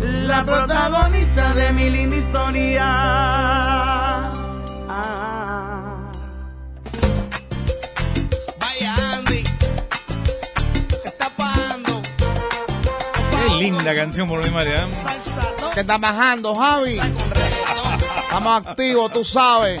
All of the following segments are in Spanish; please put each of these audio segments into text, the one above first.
la protagonista de mi linda historia. Ah. Vaya Andy, está pagando Qué linda canción por mi ¿eh? María. salsa ¿Qué está bajando, Javi? con reggaetón. Estamos activos, tú sabes.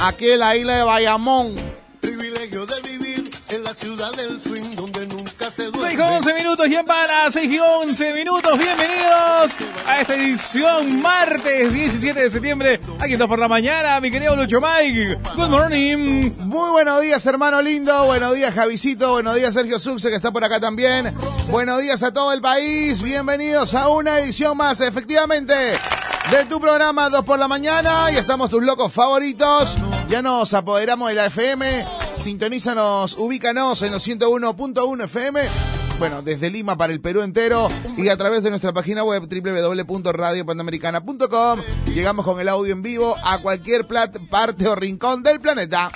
Aquí en la isla de Bayamón. Privilegio de vivir en la ciudad del swing donde nunca se 6 duerme. con 11 minutos, y en para 6 y 11 minutos, bienvenidos a esta edición martes 17 de septiembre, aquí está por la mañana, mi querido Lucho Mike, good morning, Muy buenos días, hermano lindo. Buenos días, Javisito. Buenos días, Sergio Suxe, que está por acá también. Buenos días a todo el país. Bienvenidos a una edición más, efectivamente, de tu programa 2 por la mañana. Y estamos tus locos favoritos. Ya nos apoderamos de la FM. Sintonízanos, ubícanos en los 101.1 FM. Bueno, desde Lima para el Perú entero y a través de nuestra página web www.radiopanamericana.com llegamos con el audio en vivo a cualquier plat- parte o rincón del planeta.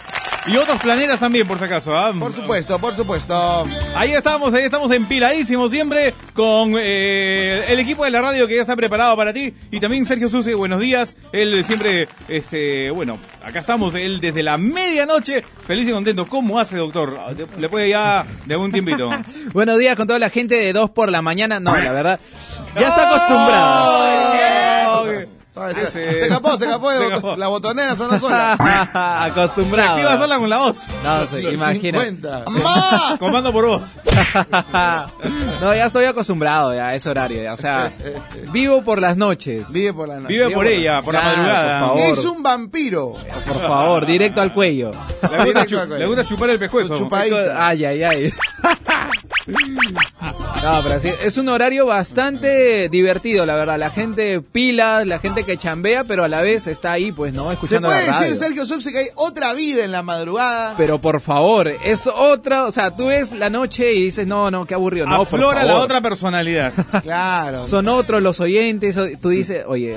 y otros planetas también por si acaso, ¿ah? Por supuesto, por supuesto. ahí estamos, ahí estamos empiladísimos siempre con eh, el equipo de la radio que ya está preparado para ti, y también Sergio Suce, buenos días, él siempre, este, bueno, acá estamos, él desde la medianoche, feliz y contento, ¿cómo hace doctor? Ah, Le puede ya de algún tiempito. Buenos días con toda la gente de 2 por la mañana. No, la verdad, ya está acostumbrado. Ay, ¿sabes? Ah, sí. Se se escapó, se escapó. Se escapó. La botonera sonó sola. Ah, Se activa acostumbrado. sola con la voz. No sé, Los imagínate. 50. ¡Mamá! Comando por voz. No, ya estoy acostumbrado ya a ese horario. ya, O sea, vivo por las noches. Vive por la noche. Vive por ella, por la Claro, madrugada. por favor. Es un vampiro. Por favor, directo al cuello. Le, gusta chu- le gusta chupar el pescuezo. Chupa ahí. Ay, ay, ay. No, pero sí, es un horario bastante divertido, la verdad. La gente pila, la gente que chambea, pero a la vez está ahí, pues, ¿no? Se Escuchando puede la radio. decir, Sergio Suxe, que hay otra vida en la madrugada. Pero por favor, es otra, o sea, tú ves la noche y dices, no, no, qué aburrido. No, por Aflora la favor. otra personalidad. Claro. Son otros los oyentes, o- tú dices, oye,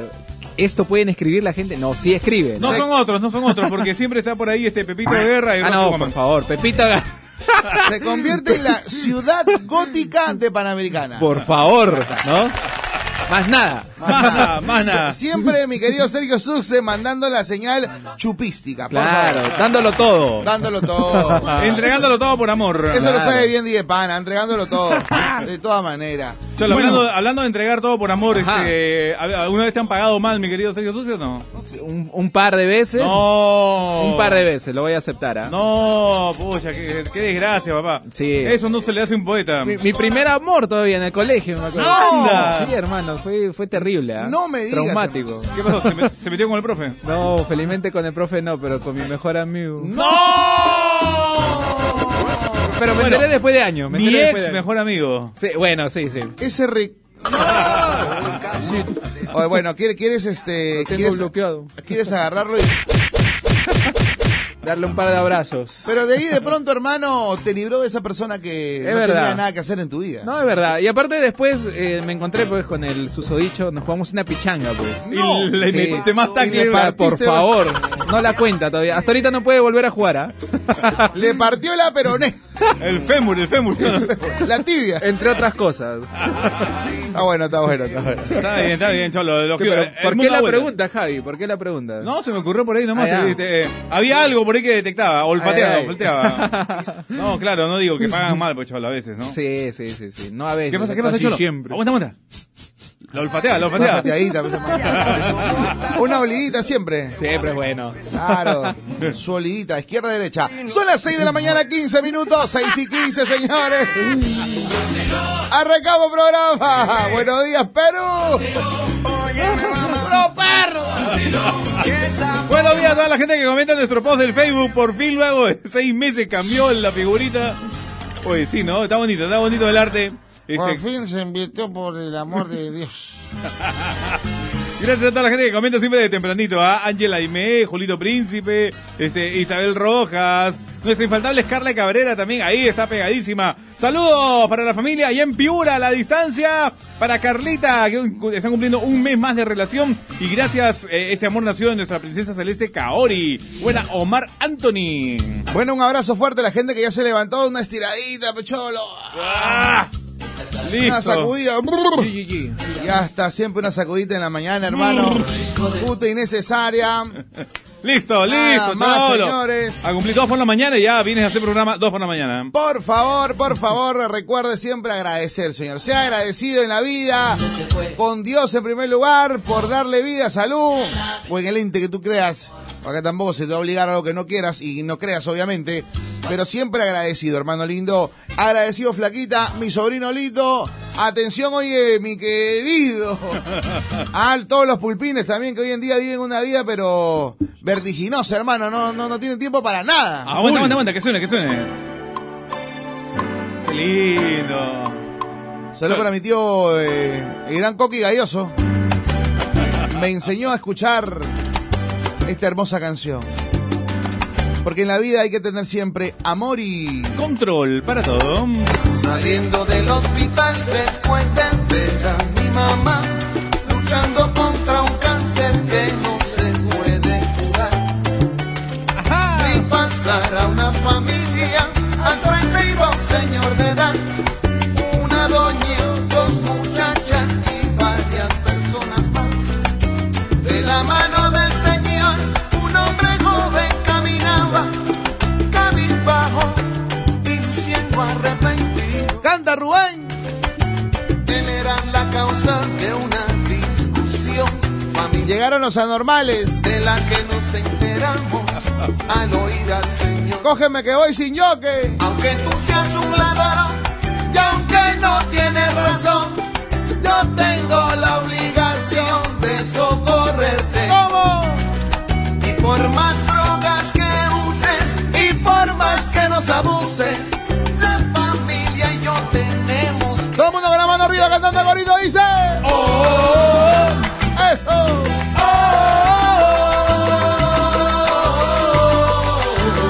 ¿esto pueden escribir la gente? No, sí escriben. No son otros, no son otros, porque siempre está por ahí este Pepito de Guerra y ah, Rosa no, Guamán. por favor, Pepita, Ga- Se convierte en la ciudad gótica de Panamericana. por favor, ¿no? Más nada. Más nada, más nada. Sie- Siempre mi querido Sergio Suxe mandando la señal chupística. por Claro, favor. dándolo todo. Dándolo todo. Ah. Entregándolo todo por amor. Eso lo Claro. sabe bien Diez Pana, entregándolo todo. De toda manera. Cholo, hablando, hablando de entregar todo por amor, Ajá. este, ¿al- ¿alguna vez te han pagado mal, mi querido Sergio Sucio, no? Un, un par de veces. No. Un par de veces, lo voy a aceptar. ¿ah? No, pucha, qué, qué desgracia, papá. Sí. Eso no se le hace a un poeta. Mi, mi primer amor todavía en el colegio, me acuerdo. ¡No! Anda. Sí, hermano, fue, fue terrible. ¿ah? No me digas, Traumático. ¿Qué pasó? ¿Se, me- se metió con el profe? No, felizmente con el profe no, pero con mi mejor amigo. Pero me Bueno, enteré después de años. Me Mi enteré ex después de años. mejor amigo. Sí, bueno, sí, sí. Ese re... Oye, bueno, ¿quieres, quieres este... Lo tengo quieres, bloqueado. quieres agarrarlo y... Darle un par de abrazos. Pero de ahí de pronto, hermano, te libró de esa persona que no verdad. tenía nada que hacer en tu vida. No, es verdad. Y aparte después eh, me encontré pues con el susodicho, nos jugamos una pichanga pues. y le Sí. metiste más Y tacle. le Ah, por partiste- favor, no la cuenta todavía. Hasta ahorita no puede volver a jugar, ¿ah? Le partió la peroné, El fémur, el fémur. la tibia. Entre otras cosas. Está bueno, está bueno, está bueno. Está bien, está bien, Cholo. Lo Sí, que- pero eh, el ¿Por mundo qué la vuelve. pregunta, Javi? ¿Por qué la pregunta? No, se me ocurrió por ahí nomás. Ah, te- ya. te- había algo por ahí que detectaba, olfateaba, Ay, ay. olfateaba. No, claro, no digo que pagan mal, pues, Cholo, a veces, ¿no? Sí, sí, sí, sí. No a veces. ¿Qué pasa, qué pasa, casi Cholo? siempre. Aguanta, aguanta. La olfatea, la Una olfatea. pateadita, pues, hermano. Una olidita siempre. Siempre es bueno. Claro, su olidita, izquierda, derecha. Son las 6 de la mañana, 15 minutos, 6 y 15, señores. Arrancamos programa. Buenos días, Perú. ¡Pro perro! Buenos días a toda la gente que comenta nuestro post del Facebook. Por fin, luego de seis meses, cambió la figurita. Oye, sí, ¿no? Está bonito, está bonito el arte. Este, Por fin se invirtió por el amor de Dios. Gracias a toda la gente que comenta siempre de tempranito, a Ángela Aimé, Julito Príncipe, este, Isabel Rojas, nuestra infaltable Carla Cabrera también, ahí está pegadísima. Saludos para la familia allá en Piura, a la distancia, para Carlita, que están cumpliendo un mes más de relación, y gracias, eh, este amor nació de nuestra princesa celeste Kaori. Buena, Omar Anthony. Bueno, un abrazo fuerte a la gente que ya se levantó, una estiradita, pecholo. ¡Ah! Una Listo. sacudida. GG. Y hasta siempre una sacudita en la mañana, hermano. Puta innecesaria. Listo, Nada listo, más, Chabolo. señores. A cumplir dos por la mañana y ya vienes a hacer programa dos por la mañana. Por favor, por favor, recuerde siempre agradecer, señor. Sea agradecido en la vida, con Dios en primer lugar, por darle vida, salud, o en el ente que tú creas. Acá tampoco se te va a obligar a algo que no quieras y no creas, obviamente. Pero siempre agradecido, hermano lindo. Agradecido, flaquita, mi sobrino Lito. Atención, oye, mi querido. A todos los pulpines también que hoy en día viven una vida, pero vertiginosa, hermano. No, no, no tienen tiempo para nada. Ah, Aguanta, aguanta, aguanta, que suene, que suene. Qué lindo. Saludos para mi tío, eh, el gran Coqui Galloso. Me enseñó a escuchar esta hermosa canción. Porque en la vida hay que tener siempre amor y... Control para todo. Saliendo del hospital después de ver a mi mamá, luchando contra un cáncer que no se puede curar. Y pasar a una familia, al frente iba un señor de edad, una doña, dos muchachas y varias personas más. De la mano del señor, un hombre joven caminaba, cabizbajo, diciendo arrepentido. ¡Canta, Rubén! Él era la causa de una discusión familiar Llegaron los anormales. de la que nos enteramos al oír al Señor. Cógeme que voy sin yoke. Aunque tú seas un ladrón y aunque no tienes razón, yo tengo la obligación de socorrerte. ¿Cómo? Y por más drogas que uses y por más que nos abuses, la familia y yo tenemos Todo el mundo con la mano arriba cantando el corito dice... Oh. ¡Eso!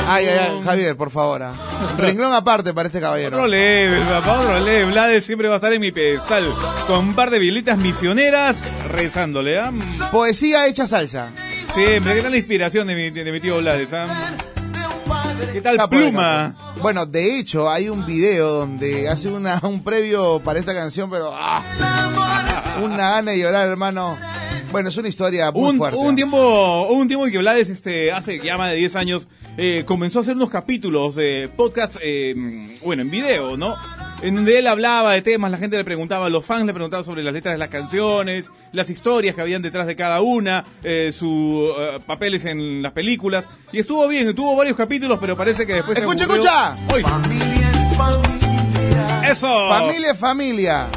Ay, ay, ay, Javier, por favor. ah. Renglón aparte para este caballero. Otro level, papá, otro level. Vlades E. siempre va a estar en mi pedestal. Con un par de violitas misioneras rezándole, ¿ah? Poesía hecha salsa. Siempre, qué tal la inspiración de mi, de mi tío Vlades, ¿ah? de un padre. ¿Qué tal Capo de pluma? capo. Bueno, de hecho, hay un video donde hace una, un previo para esta canción, pero ah, una gana de llorar, hermano. Bueno, es una historia muy Un, fuerte. un tiempo un tiempo en que Blades este hace ya más de 10 años eh, comenzó a hacer unos capítulos de podcast eh, bueno en video no en donde él hablaba de temas la gente le preguntaba los fans le preguntaban sobre las letras de las canciones las historias que habían detrás de cada una eh, sus papeles en las películas y estuvo bien tuvo varios capítulos pero parece que después se Escucha, aburrió. escucha. Uy, Familia es familia. eso Familia es familia.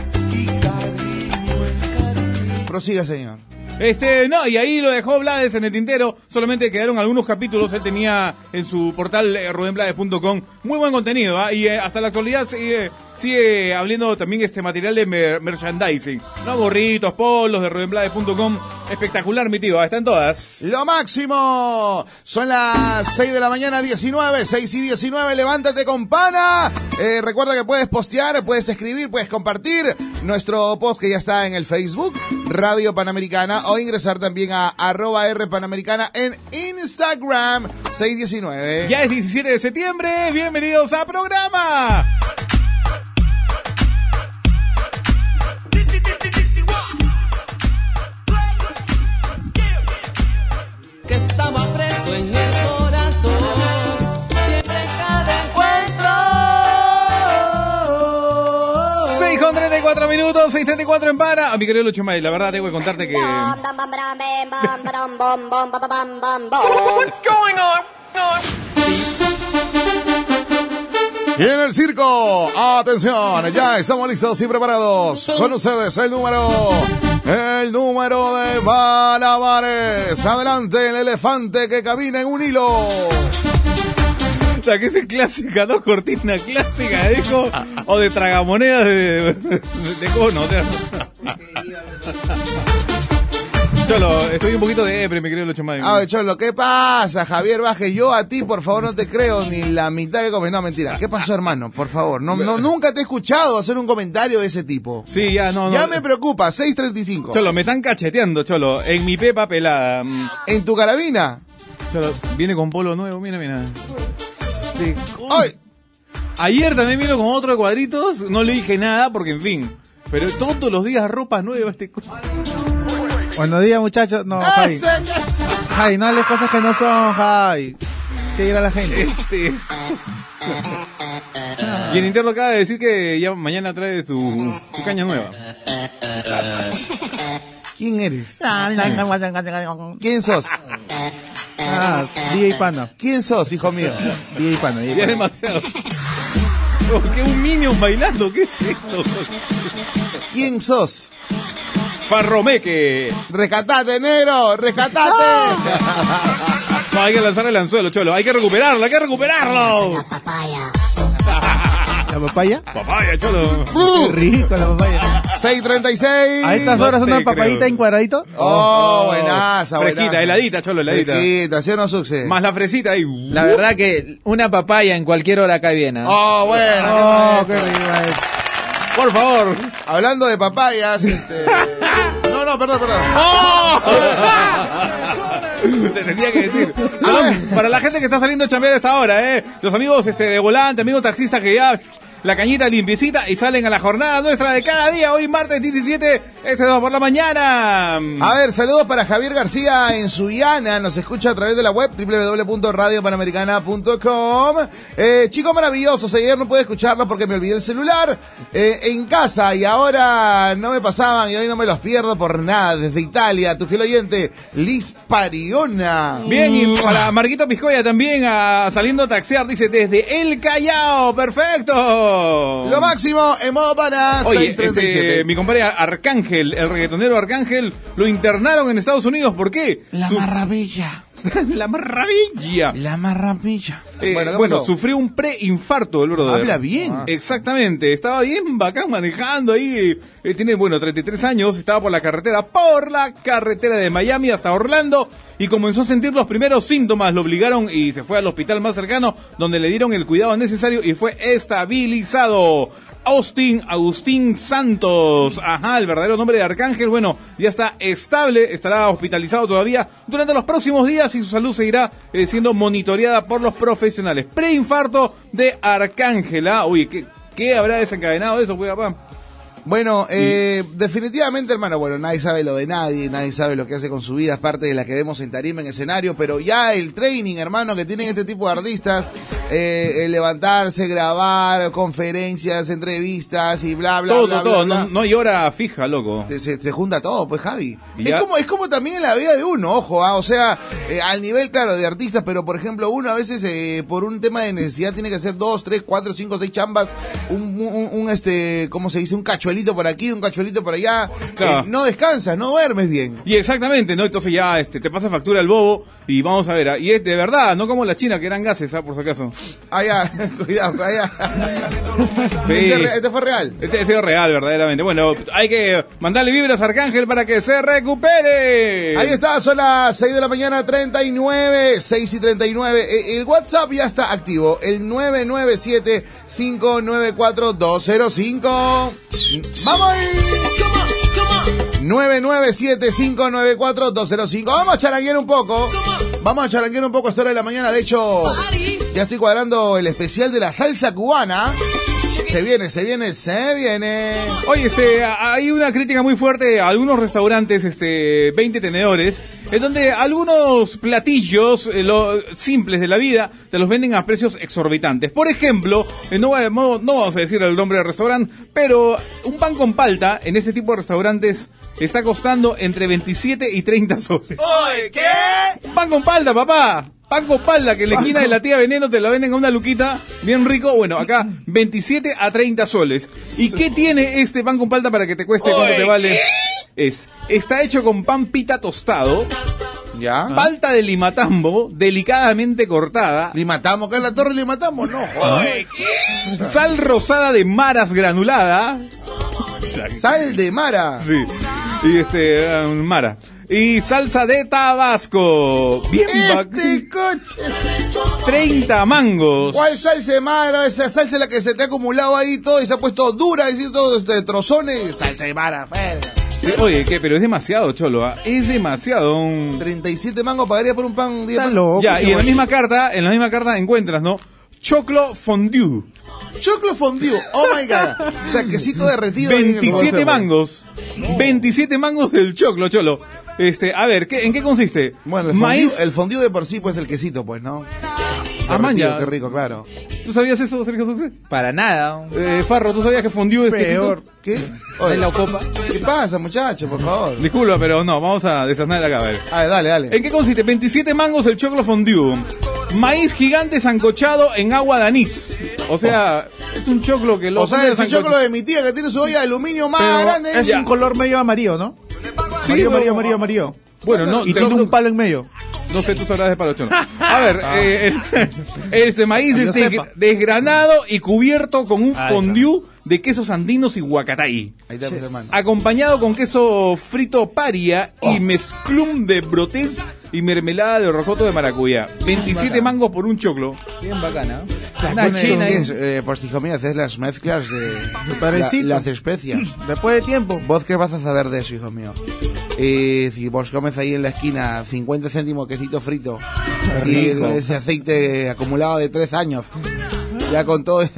Prosiga, señor. Este, no, y ahí lo dejó Blades en el tintero. Solamente quedaron algunos capítulos. Él tenía en su portal eh, rubenblades.com muy buen contenido. ¿ah? Y eh, hasta la actualidad sigue, sigue hablando también este material de mer- merchandising. ¿no? Gorritos, polos de rubenblades.com. Espectacular, mi tío. Están todas. Lo máximo. Son las 6 de la mañana, 19, 6 y 19. Levántate con pana. Eh, recuerda que puedes postear, puedes escribir, puedes compartir nuestro post que ya está en el Facebook, Radio Panamericana, o ingresar también a arroba R Panamericana en Instagram, 619. Ya es 17 de septiembre. Bienvenidos a programa. que estaba preso en el corazón. Siempre en cada encuentro. 6 con 34 minutos, 6.34 en para. A mi querido Lucho May, la verdad tengo que contarte que... Y en el circo, atención, ya estamos listos y preparados. Con ustedes el número, el número de Balabares. Adelante el elefante que camina en un hilo. O sea, que esa es clásica, ¿no? Cortina clásica, dijo. O de tragamonedas de, de, de cono. o sea. Cholo, estoy un poquito de epre, mi querido Lucho Mayo. A ver, Cholo, ¿qué pasa? Javier Baje, yo a ti, por favor, no te creo ni la mitad que comes. No, mentira. ¿Qué pasó, hermano? Por favor, no, no, nunca te he escuchado hacer un comentario de ese tipo. Sí, ya, no, no. Ya me preocupa, 635. Cholo, me están cacheteando, Cholo. En mi pepa pelada. Mm, En tu carabina. Cholo, viene con polo nuevo, mira, mira. Este, con- ¡Ay! Ayer también vino con otro de cuadritos, no le dije nada porque, en fin. Pero todos los días ropas nuevas este co- Buenos días, muchachos. No, Ah, Javi. Javi, no hables cosas que no son, Javi. ¿Qué dirá la gente? este. Y el interno acaba de decir que ya mañana trae su, su caña nueva. ¿Quién eres? Ah, ¿Quién sos? Ah, DJ Panda. ¿Quién sos, hijo mío? DJ Panda, Ya DJ es Panda. demasiado. Oh, ¿Qué un Minion bailando? ¿Qué es esto? ¿Quién sos? Farromeque. ¡Rescatate, negro! ¡Rescatate! No, hay que lanzar el anzuelo, cholo. Hay que recuperarlo, hay que recuperarlo. ¿La papaya? Papaya, cholo. Uh. Qué rico la papaya. 636. A estas No horas te una creo. papadita en cuadradito. Oh, buenaza, buenaza. Fresquita, heladita, cholo, heladita. Fresquita, ¿sí o no, Suxe? Más la fresita ahí. La verdad que una papaya en cualquier hora acá viene. ¿ah? Oh, bueno. Oh, qué qué maestro. rico es. Por favor. Hablando de papayas. este- No, no, perdón, perdón. Te tenía que decir. Ah, para la gente que está saliendo a chambear a esta hora, ¿eh? Los amigos este, de volante, amigos taxistas que ya la cañita limpiecita y salen a la jornada nuestra de cada día. Hoy martes 17, este 2 por la mañana. A ver, saludos para Javier García en Suyana. Nos escucha a través de la web www.radiopanamericana.com. Eh, chicos maravillosos, ayer no pude escucharlos porque me olvidé el celular eh, en casa y ahora no me pasaban y hoy no me los pierdo por nada. Desde Italia, tu fiel oyente, Liz Pariona. Bien, y para Marquito Piscoya también, a- saliendo a taxear, dice, desde El Callao, perfecto. Lo máximo en modo para Oye, 637. este, mi compadre Arcángel, el reggaetonero Arcángel, lo internaron en Estados Unidos, ¿por qué? La Su- maravilla. la maravilla. La maravilla. Eh, Bueno, ¿qué bueno, pasó? sufrió un preinfarto el brother. Habla bien. Ah, Exactamente, estaba bien bacán manejando ahí. eh, tiene, bueno, 33 años, estaba por la carretera, por la carretera de Miami hasta Orlando y comenzó a sentir los primeros síntomas. Lo obligaron y se fue al hospital más cercano donde le dieron el cuidado necesario y fue estabilizado. Austin, Agustín Santos, ajá, el verdadero nombre de Arcángel, bueno, ya está estable, estará hospitalizado todavía durante los próximos días y su salud seguirá eh, siendo monitoreada por los profesionales. Preinfarto de Arcángel, ah, uy, ¿qué, qué habrá desencadenado eso, pues, papá? Bueno, eh, definitivamente, hermano, bueno, nadie sabe lo de nadie, nadie sabe lo que hace con su vida, es parte de la que vemos en tarima, en escenario, pero ya el training, hermano, que tienen este tipo de artistas, eh, el levantarse, grabar, conferencias, entrevistas y bla, bla, Todo, bla, todo, bla, no, bla. no hay hora fija, loco. Se- Se, se junta todo, pues Javi. Y Es ya- como, es como también en la vida de uno, ojo, ah, o sea, eh, al nivel, claro, de artistas, pero por ejemplo, uno a veces eh, por un tema de necesidad tiene que hacer dos, tres, cuatro, cinco, seis chambas, un, un- un, este, ¿cómo se dice? Un cachuelito por aquí, un cachuelito por allá. Claro. Eh, no descansas, no duermes bien. Y exactamente, ¿no? Entonces ya este, te pasa factura el bobo y vamos a ver. ah, Y es de verdad, no como la China, que eran gases, ah, por si acaso. Allá, cuidado, allá. Sí. Este fue real. Este deseo real, verdaderamente. Bueno, hay que mandarle vibras a Arcángel para que se recupere. Ahí está, son las 6 de la mañana, 39, 6 y 39. Eh, El WhatsApp ya está activo, el 997-594-205. ¡Vamos! ahí! 997-594-205. Vamos a charanguear un poco. Vamos a charanguear un poco a esta hora de la mañana. De hecho, ya estoy cuadrando el especial de la salsa cubana. Se viene, se viene, se viene. Oye, este, a- hay una crítica muy fuerte a algunos restaurantes, este, 20 tenedores, en donde algunos platillos eh, lo- simples de la vida te los venden a precios exorbitantes. Por ejemplo, eh, no, va- no- no vamos a decir el nombre del restaurante, pero un pan con palta en este tipo de restaurantes está costando entre 27 y 30 soles. ¡Oye, qué! Pan con palta, papá. Pan con palta, que en la esquina de la tía Veneno te la venden a una luquita, bien rico. Bueno, acá 27 a 30 soles. ¿Y qué tiene este pan con palta para que te cueste cuánto te vale? Es, está hecho con pan pita tostado, ¿Ya? palta de limatambo, delicadamente cortada, ¿Limatamos? ¿Acá en la torre limatamos? No, joder. sal rosada de maras granulada. Sal de Mara. Sí. Y este, um, mara. Y salsa de Tabasco. Bien, bac- Este coche. 30 mangos. ¿Cuál salsa de Mara? Esa salsa es la que se te ha acumulado ahí todo y se ha puesto dura, y todos este, trozones. Salsa de Mara, fe. Sí, oye, ¿qué? Pero es demasiado, Cholo, ¿ah? Es demasiado. un- 37 mangos pagaría por un pan. 10 Está pan. loco. Ya, qué y en la bueno. misma carta, en la misma carta encuentras, ¿no? choclo fondue. Choclo fondue, oh my god. O sea, quesito derretido. ahí en el 27 fuego. mangos. 27 mangos del choclo, cholo. Este, a ver, ¿qué, ¿en qué consiste? Bueno, el fondue, maíz. el fondue de por sí, pues el quesito, pues, ¿no? Ah, man, ya. Derretido, Qué rico, claro. ¿Tú sabías eso, Sergio Sucre? Para nada. Eh, Farro, ¿tú sabías que fondue es Peor. quesito? ¿Qué? En la copa. ¿Qué pasa, muchachos, por favor? Disculpa, pero no, vamos a desasnar acá, a ver. A ver, dale, dale. ¿En qué consiste? 27 mangos el choclo fondue. Maíz gigante sancochado en agua de anís. O sea, es un choclo que lo. O sea, ponen el sancoch- choclo de mi tía que tiene su olla de aluminio más Pero grande. es Ya. un color medio amarillo, ¿no? Sí, amarillo, pero- amarillo, amarillo, amarillo. Bueno, no, Y te- tiene un palo en medio. No sé, tú sabrás de palochón. A ver, eh, el, el maíz Ah. Yo este sepa. desgranado y cubierto con un Ahí está. fondue de quesos andinos y huacatay. Ahí está, pues, hermano. Acompañado con queso frito paria Oh. y mezclum de brotes y mermelada de rocoto de maracuyá. 27 mangos por un choclo. Bien bacana. Bueno, Una es china. que ahí. es, eh, por si comías, es las mezclas de parecito. las especias. Después de tiempo. ¿Vos qué vas a saber de eso, hijo mío? Eh, si vos comes ahí en la esquina 50 céntimos quesito frito y el- ese aceite acumulado de tres años, ya con todo,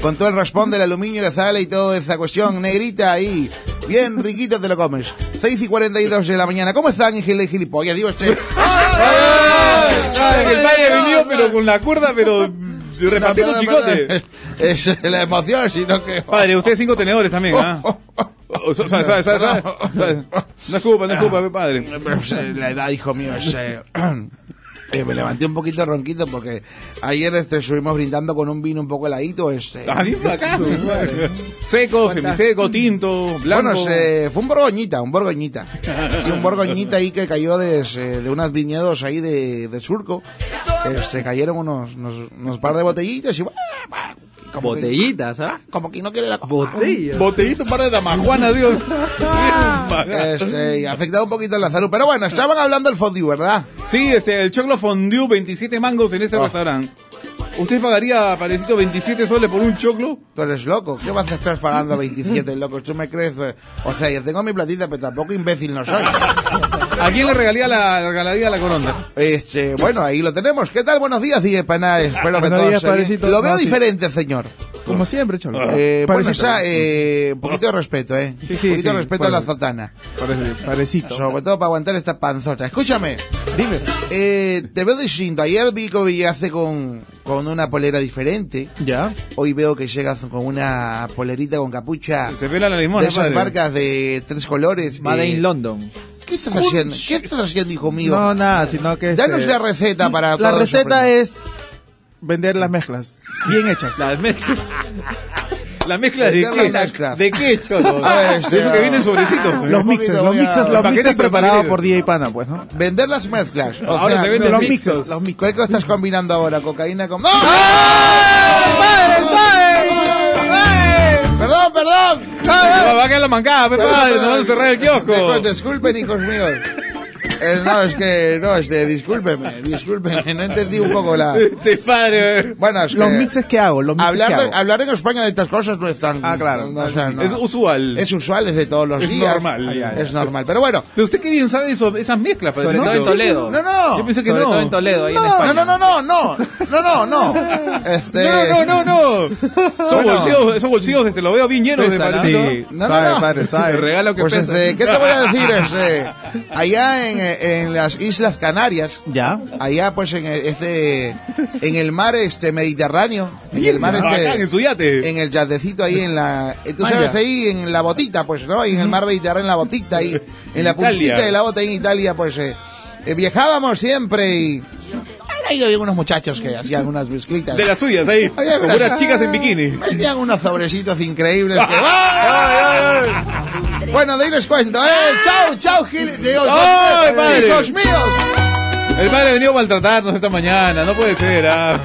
con todo el raspón del aluminio que sale y toda esa cuestión negrita ahí, bien riquito te lo comes. 6 y 42 de la mañana. ¿Cómo están, Gil gilipollas? Digo este. Ah, que el padre no, venido no. pero con la cuerda, pero repartiendo No, perdón, chicote. perdón. Es la emoción, sino que. Padre, usted cinco tenedores también, ¿ah? O sea, sabe, sabe, sabe, sabe. No es culpa, no es culpa, padre. pues, eh, La edad, hijo mío, es, eh, eh, me levanté un poquito ronquito porque ayer este, estuvimos brindando con un vino un poco heladito. Este, Ah, bien bacán. Seco, semiseco, tinto, blanco. bueno, se- fue un borgoñita, un borgoñita. Y un borgoñita ahí que cayó de, se- de unas viñedos ahí de, de surco. Eh, se cayeron unos, unos, unos par de botellitas y. Como que, Botellitas, ¿ah? como que no quiere la copa. Botellas. Botellito par de damajuana, digo. Este, y afectado un poquito la salud. Pero bueno, estaban hablando del fondue, ¿verdad? Sí, este, el choclo fondue, 27 mangos en este restaurante. ¿Usted pagaría, parecito, 27 soles por un choclo? Tú eres loco, ¿qué vas a estar pagando 27, loco? Tú me crees. eh, O sea, yo tengo mi platita, pero tampoco imbécil no soy. ¿A quién le regalaría la, le regalaría la corona? Este, bueno, ahí lo tenemos. ¿Qué tal? Buenos días, DJ Paná. Espero que Buenos todo días, sea bien. padrecito. Lo veo No, sí. diferente, señor. Como siempre, cholo. Eh, bueno, Parecito. ya, eh, poquito de respeto, ¿eh? Sí, sí, poquito de sí, respeto a la bueno. satana. Parece- Parecito. Sobre todo para aguantar esta panzota. Escúchame, Dime. eh, te veo distinto. Ayer vi que Villace con, con una polera diferente. Ya. Hoy veo que llegas con una polerita con capucha. Se pela la limona, de esas padre. marcas de tres colores. Made eh, in London. ¿Qué estás haciendo? ¿Qué estás haciendo, hijo mío? No, nada, sino que. este, Danos la receta para La todo receta eso, es vender las mezclas. Bien hechas. Las mezclas. ¿La mezcla de Meterla qué? en Minecraft. ¿De qué, cholo? A ver, este, Eso que viene en sobrecito. Los Un mixes, poquito los voy a- mixes, los mixes Paquetito, preparados paquetito. por DJ Pana, pues, ¿no? Vender las mezclas. O Ahora sea, se venden no, los mixos. mixes, los mixes. ¿Qué qué estás combinando ahora? ¿Cocaína con.? ¡No! ¡Perdón, perdón! Va va a caer la mancada, pe, padre. Nos van a cerrar el Discul- kiosco. Disculpen, hijos míos. Eh, no, es que. No, este, discúlpeme, discúlpeme. No entendí un poco la. Este padre. Bueno, es que Los mixes que hago, los mixes hablar, que de- hago. hablar en España de estas cosas no es tan. Ah, claro. no, o sea, no. Es usual. Es usual, es de todos los Es días. normal. Ah, ya, ya. Es Es normal. Pero bueno, Pero usted qué bien sabe eso- esas mezclas, padre. Sobre No, todo en yo- Toledo. no, no. Yo pensé que Sobre no. todo en Toledo, ahí en No, España. no, no, no, no, no, no, no, Este... No, no, no, no. Esos Bueno. bolsillos, esos bolsillos, este, lo veo bien llenos de Pesa, ¿no? parecito. Sí, No, no, sabe, no. padre, sabe. El regalo que Pues pesa. este, ¿qué te voy a decir? Este, allá en, eh, en las Islas Canarias, Ya. allá pues en eh, este, en el mar este Mediterráneo, en el mar Bacán, en su este, yate. en el yatecito ahí en la, eh, tú sabes ya. ahí en la botita pues, ¿no? Ahí en el mar Mediterráneo en la botita ahí, en la Italia. puntita de la bota ahí en Italia pues eh, eh, viajábamos siempre y ahí había unos muchachos que hacían unas bicicletas. De las suyas ahí. Había Como unas- unas chicas en bikini. Vendían unos sobrecitos increíbles que... ¡Ay, ay, ay! Bueno, de ahí les cuento, ¿eh? ¡Chao, chao, Gil! Digo, Ah. eh, ¡Ay, padre! ¡Hijos míos! El padre ha venido a maltratarnos esta mañana. No puede ser, ah.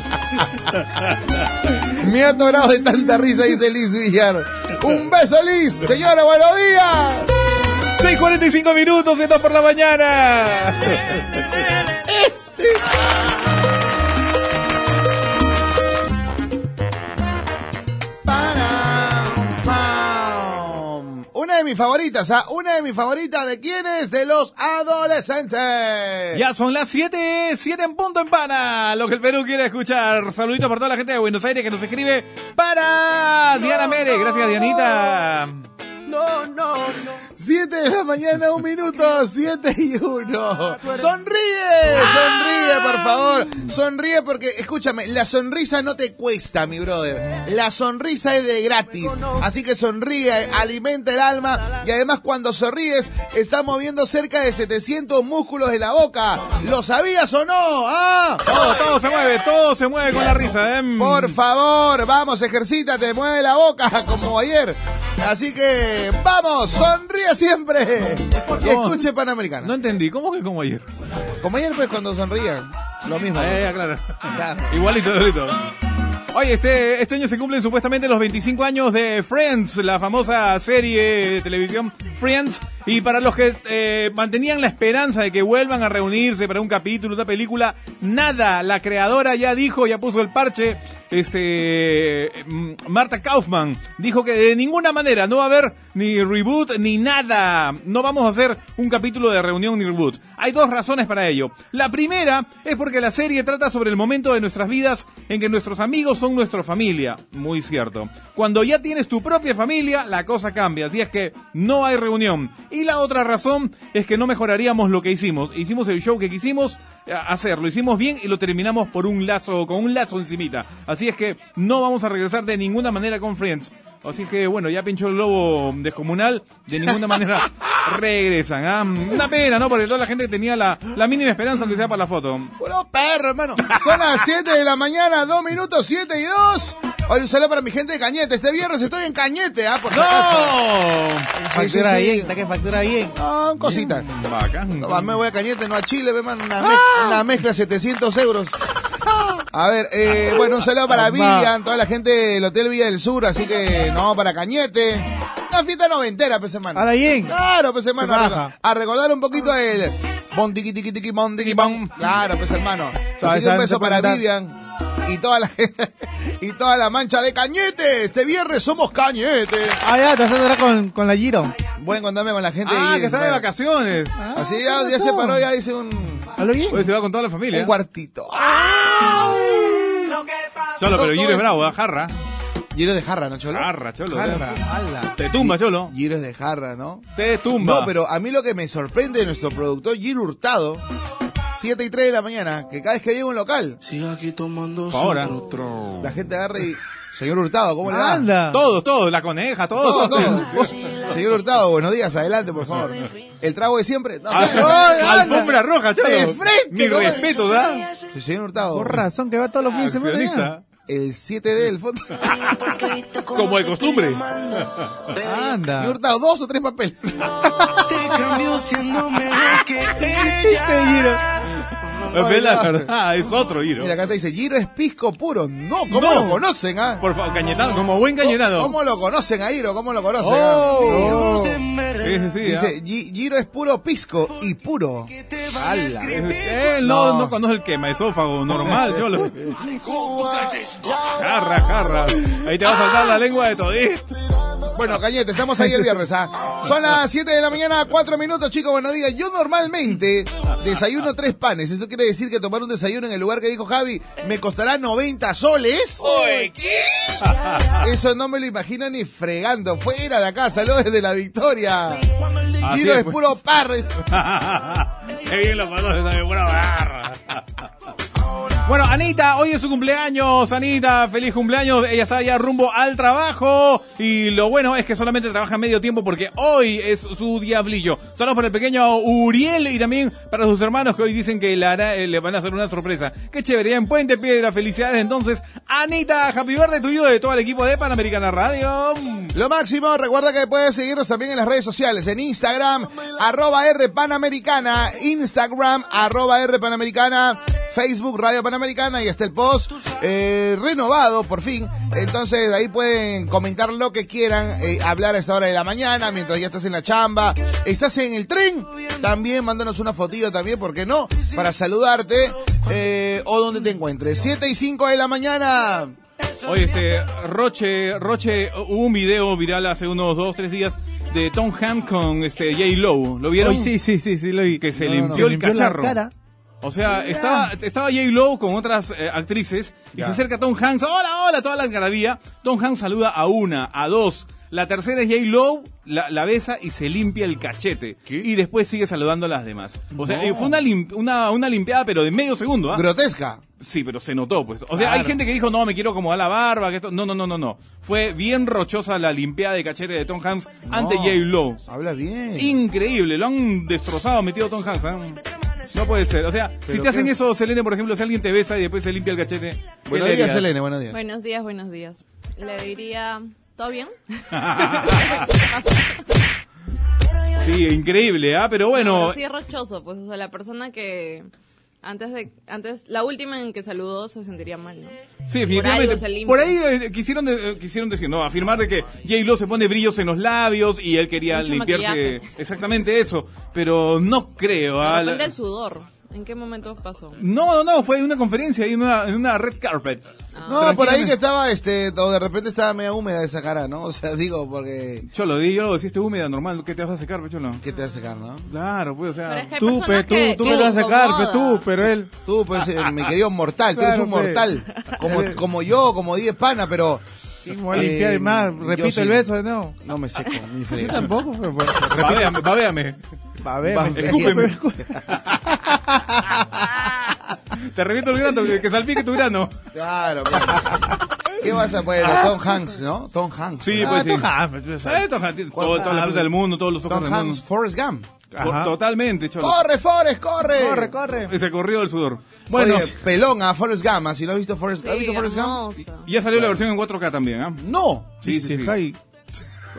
Me ha atorado de tanta risa, dice Liz Villar. ¡Un beso, Liz! ¡Señora, buenos días! 6.45 minutos, esto por la mañana. Pam, pam. Una de mis favoritas, ¿ah? Una de mis favoritas, ¿de quiénes? De los adolescentes. Ya son las 7, 7 en punto en pana, lo que el Perú quiere escuchar. Saluditos para toda la gente de Buenos Aires que nos escribe para Diana Mere. Gracias, Dianita. No, no, no. 7 de la mañana, un minuto, 7 y 1. Sonríe, sonríe, por favor. Sonríe porque, escúchame, la sonrisa no te cuesta, mi brother. La sonrisa es de gratis. Así que sonríe, alimenta el alma. Y además, cuando sonríes, estás moviendo cerca de 700 músculos de la boca. ¿Lo sabías o no? ¡Ah! Todo, todo se mueve, todo se mueve con la risa, ¿eh? Por favor, vamos, ejercítate, mueve la boca como ayer. Así que vamos, sonríe siempre. Y escuche Panamericana. No entendí, ¿cómo que como ayer? Como ayer pues cuando sonrían, lo mismo. Eh, ya, claro. Igualito, igualito. Oye, este, este año se cumplen supuestamente los 25 años de Friends, la famosa serie de televisión Friends. Y para los que eh, mantenían la esperanza de que vuelvan a reunirse para un capítulo, una película, nada. La creadora ya dijo, ya puso el parche. Este mm, Marta Kaufman dijo que de ninguna manera no va a haber ni reboot ni nada. No vamos a hacer un capítulo de reunión ni reboot. Hay dos razones para ello. La primera es porque la serie trata sobre el momento de nuestras vidas en que nuestros amigos son nuestra familia. Muy cierto. Cuando ya tienes tu propia familia, la cosa cambia. Así es que no hay reunión. Y la otra razón es que no mejoraríamos lo que hicimos. Hicimos el show que quisimos eh, hacer. Lo hicimos bien y lo terminamos por un lazo, con un lazo encimita. Así es que no vamos a regresar de ninguna manera con Friends. Así que bueno, ya pinchó el lobo descomunal, de ninguna manera regresan. ah. Una pena, ¿no? Porque toda la gente tenía la, la mínima esperanza que sea para la foto. Puro perro, hermano. Son las 7 de la mañana, 2 minutos, 7 y 2. Hoy un saludo para mi gente de Cañete. Este viernes estoy en Cañete, ¿ah? Por si acaso. ¡No! Factura sí, sí. bien, está que factura bien. Ah, cositas. Bacán. Mm. No, me voy a Cañete, no a Chile, ve, man, ¡Ah! una, mez- una mezcla 700 euros. A ver, eh, bueno, un saludo para Vivian, toda la gente del Hotel Villa del Sur, así que no, para Cañete. Una fiesta noventera, pues hermano. Ahora bien. Claro, pues hermano. Qué A, baja. reco- a recordar un poquito el... Bon, tiqui, tiqui, tiqui, bon, tiqui, bon. Claro, pues hermano. Suave, Así que un suave, beso se puede para andar. Vivian y toda la y toda la mancha de Cañete. Este viernes somos Cañete. Ah, ya, te vas a dar con, con la Giro. Buen contarme con la gente. Ah, ahí, que está de hermano. vacaciones. Así ya, ya se paró, ya hice un... ¿Hablo bien? Hoy se va con toda la familia. Un cuartito. Cholo, pero Giro es bravo, ¿ah? jarra. Giro de jarra, ¿no, Cholo? Jarra, cholo. Te tumba, cholo. Giro es de jarra, ¿no? Te tumba. No, pero a mí lo que me sorprende de nuestro productor Giro Hurtado, 7 y 3 de la mañana, que cada vez que llega a un local, Sigue aquí tomando Por ¿eh? Ahora. la gente agarra y... Señor Hurtado, ¿cómo Ah, le va? Anda. Todos, todos, la coneja, todos. Todo, todos. todo. Señor Hurtado, buenos días, adelante, por favor. ¿El trago de siempre? No, Al- señor, anda. Alfombra roja, cholo. De frente, Mi ¿cómo es? respeto, ¿da? Sí, señor Hurtado, Por razón que va todos los fines de semana. Accionista. ya. el 7D del fondo. Como de costumbre. Señor Anda. Hurtado, dos o tres papeles. Te cambió siendo mejor que Ese ella. Giro. Eh, Ve la verdad, es otro Giro. Mira, acá te dice, Giro es pisco puro. No, ¿cómo No. lo conocen, ah? Por favor, cañetado, como buen cañetado. ¿Cómo lo conocen a Giro? ¿Cómo lo conocen? ah? Oh. Se merece Sí, sí, sí. ah. Dice, "Gi- Giro es puro pisco y puro. que te va a escribir. Él Eh, no, No. no conoce el quema esófago normal, cholo. Jarra, jarra. Ahí te va a saltar la lengua de todito. Bueno, Cañete, estamos ahí el viernes, ¿ah? Son las 7 de la mañana, 4 minutos, chicos, buenos días. Yo normalmente desayuno tres panes. Eso quiere decir que tomar un desayuno en el lugar que dijo Javi me costará 90 soles. Oh. Ah. Eso no me lo imagino ni fregando. Fuera de acá, saludos desde la victoria. Así Giro es, es pues. puro parres. Qué bien lo conoces, sabe, buena barra. Bueno, Anita, hoy es su cumpleaños, Anita, feliz cumpleaños. Ella está ya rumbo al trabajo y lo bueno es que solamente trabaja medio tiempo porque hoy es su diablillo. Saludos para el pequeño Uriel y también para sus hermanos que hoy dicen que le, hará- eh, le van a hacer una sorpresa. Qué chévere, ya en Puente Piedra, felicidades entonces. Anita, happy birthday tuyo de todo el equipo de Panamericana Radio. Lo máximo, recuerda que puedes seguirnos también en las redes sociales, en Instagram, arroba R Panamericana, Instagram, arroba R Panamericana, Facebook Radio Panamericana, y está el post eh, renovado, por fin. Entonces ahí pueden comentar lo que quieran, eh, hablar a esta hora de la mañana, mientras ya estás en la chamba, estás en el tren, también mándanos una fotito también, ¿por qué no? Para saludarte, eh, o donde te encuentres. 7 y 5 de la mañana. Oye, este, Roche, Roche, hubo un video viral hace unos dos, tres días de Tom Hanks con este, J. Lowe. ¿Lo vieron? Hoy sí, sí, sí, sí, lo vi. Que se No, limpió no, se el cacharro. La cara. O sea, estaba, estaba J. Lowe con otras eh, actrices y se acerca Tom Hanks. ¡Hola, hola! Toda la algarabía. Tom Hanks saluda a una, a dos. La tercera es J. Lowe, la, la besa y se limpia el cachete. ¿Qué? Y después sigue saludando a las demás. O sea, eh, fue una, lim- una, una limpiada, pero de medio segundo. ¿ah? Grotesca. Sí, pero se notó, pues. O sea, hay gente que dijo, no, me quiero acomodar la barba, que esto. No, no, no, no, no. Fue bien rochosa la limpiada de cachete de Tom Hanks ante J. Lowe. Habla bien. Increíble, lo han destrozado, metido a Tom Hanks. ¿eh? No puede ser. O sea, si te hacen eso, Selene, por ejemplo, si alguien te besa y después se limpia el cachete. ¿qué buenos le días, harías? Selene, buenos días. Buenos días, buenos días. Le diría, ¿todo bien? ¿Qué pasó? Sí, increíble, ¿ah? Pero bueno, Pero sí es rochoso, pues, o sea, la persona que antes de, antes, la última en que saludó se sentiría mal, ¿no? sí, por definitivamente. algo se limpia. Por ahí eh, quisieron, de- eh, quisieron decir, no, afirmar de que J. Lo se pone brillos en los labios y él quería Mucho limpiarse maquillaje. exactamente eso. Pero no creo, ¿ah? De repente La- el sudor. ¿En qué momento pasó? No, no, no, fue en una conferencia, ahí en una, en una red carpet. Ah. No, por ahí Tranquilamente. que estaba, este, o de repente estaba media húmeda esa cara, ¿no? O sea, digo, porque... Cholo, di yo, si esté húmeda, normal, ¿qué te vas a secar, pe, Cholo? ¿Qué te hace cara, no? Claro, pues, o sea... Pero es que hay Tú, pe, personas tú, que, tú que me lo vas a sacar, pe, incomoda. tú, pero él. Tú, pues, eh, mi querido mortal, tú eres Ah, Claro, un pues. mortal. Como, como yo, como 10 pana, pero... Voy a limpiar y más. Eh, yo Repito sí. el beso, no. No me seco, ni Yo frío. tampoco, pero bueno. Babéame, babéame. A ver, Va- me- Escúpeme. escúpeme. Te reviento el grano, que que salpique tu grano. Claro, pues. ¿Qué vas a poner? Tom Hanks, ¿no? Tom Hanks. Sí, ¿no? pues sí. Ah, pues, tú sabes. Eh, Tom Hanks tiene todo- toda la plata del mundo, todos los ojos Tom del mundo. Hanks, Forrest Gump. Por- Totalmente, cholo. ¡Corre, Forrest, corre! Corre, corre. Se corrió el sudor. Bueno, Oye, pelón a Forrest Gump, ¿ah? si lo has visto Forrest Sí, ¿Has visto Forrest Gump? hermoso. ya salió la versión en 4K también, ¿ah? No. Sí, sí, sí. Jai.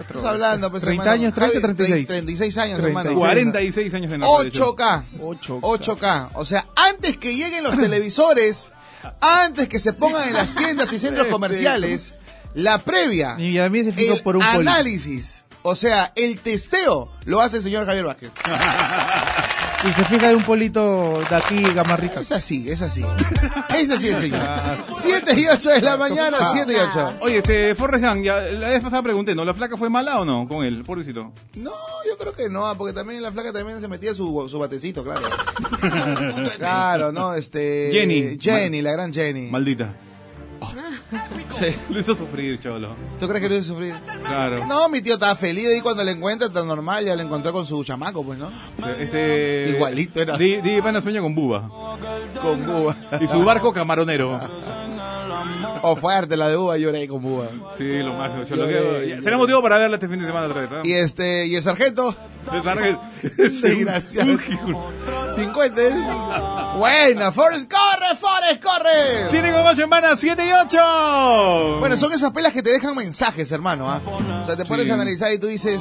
Estás hablando, pues, 30 hermano. años, 30, Javi, 36. 36 años, 36. hermano. 46 años en la radio, Cholo. 8K. 8K. 8K. O sea, antes que lleguen los televisores, antes que se pongan en las tiendas y centros comerciales, la previa, Y a mí se fijó el por un poli. análisis, o sea, el testeo, lo hace el señor Javier Vázquez. Y se fija de un polito de aquí, gamarrita. Es así, es así. Es así el señor. 7 y 8 de la mañana, Ah. 7 y 8. Oye, este, Forrest Gump, ya, la vez pasada pregunté, ¿no? ¿La flaca fue mala o no con él? Pobrecito. No, yo creo que no, ah, porque también la flaca también se metía su, su batecito, claro. Claro, no, este... Jenny. Jenny, la gran Jenny. Maldita. Sí. Lo hizo sufrir, Cholo. ¿Tú crees que lo hizo sufrir? Claro. No, mi tío está feliz y cuando le encuentra está normal, ya le encontró con su chamaco, pues, ¿no? Este, Igualito era. Di, di Pana sueña con Buba. Con Buba. Y su barco camaronero. O fuerte la de uva, lloré con uva. Sí, lo máximo, Cholo. Que- ya, Será motivo para verla este fin de semana otra vez, ¿ah? eh, Y este, y el sargento, De Sargent. Desgraciado. 50. ¿eh? Buena, Forrest, corre, Forrest, corre. 7 con 8 en Pana, 7 y 8. Bueno, son esas pelas que te dejan mensajes, hermano, ¿ah? O sea, te pones Sí. a analizar y tú dices,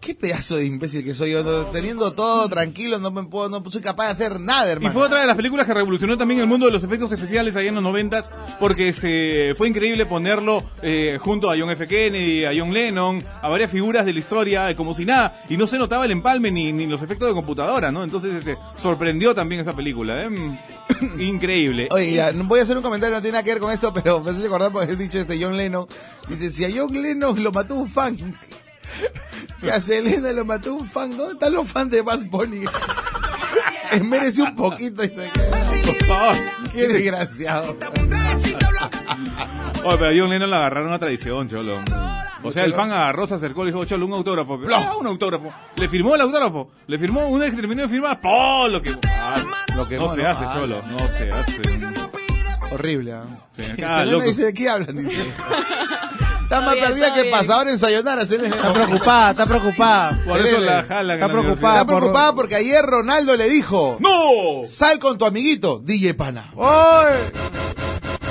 qué pedazo de imbécil que soy yo, no- teniendo todo tranquilo, no me puedo, no soy capaz de hacer nada, Y hermano. fue otra de las películas que revolucionó también el mundo de los efectos especiales ahí en los noventas, porque este fue increíble ponerlo eh, junto a John F. Kennedy, a John Lennon, a varias figuras de la historia, eh, como si nada, y no se notaba el empalme ni, ni los efectos de computadora, ¿no? Entonces este, sorprendió también esa película, ¿eh? increíble. Oye, ya, no- voy a hacer un comentario, no tiene nada que ver con esto, pero me hace acordar porque he dicho este John Lennon. Dice, si a John Lennon lo mató un fan. Si a Selena lo mató un fan, ¿dónde están los fans de Bad Bunny? Eh, Merece un poquito y se Por favor. Qué desgraciado. Oye, pero a John Lennon le agarraron a tradición, Cholo. O sea, el fan agarró, se acercó, le dijo, Cholo, un autógrafo. Ah, un autógrafo. Le firmó el autógrafo. Le firmó, una vez que terminó de firmar, ¡pum! Lo que, ah, Lo que no se hace, ah, Cholo. No se hace. Horrible. ¿ah? Sí, Y ah, Selena loco. dice, ¿de qué hablan? Dice. Está más bien, perdida está que bien. pasador en Sayonara, Selena. Está preocupada, está preocupada. Por eso Selena. la jalan. Está a la preocupada. Está por- preocupada porque ayer Ronaldo le dijo, universidad. ¡No! sal con tu amiguito, DJ Pana.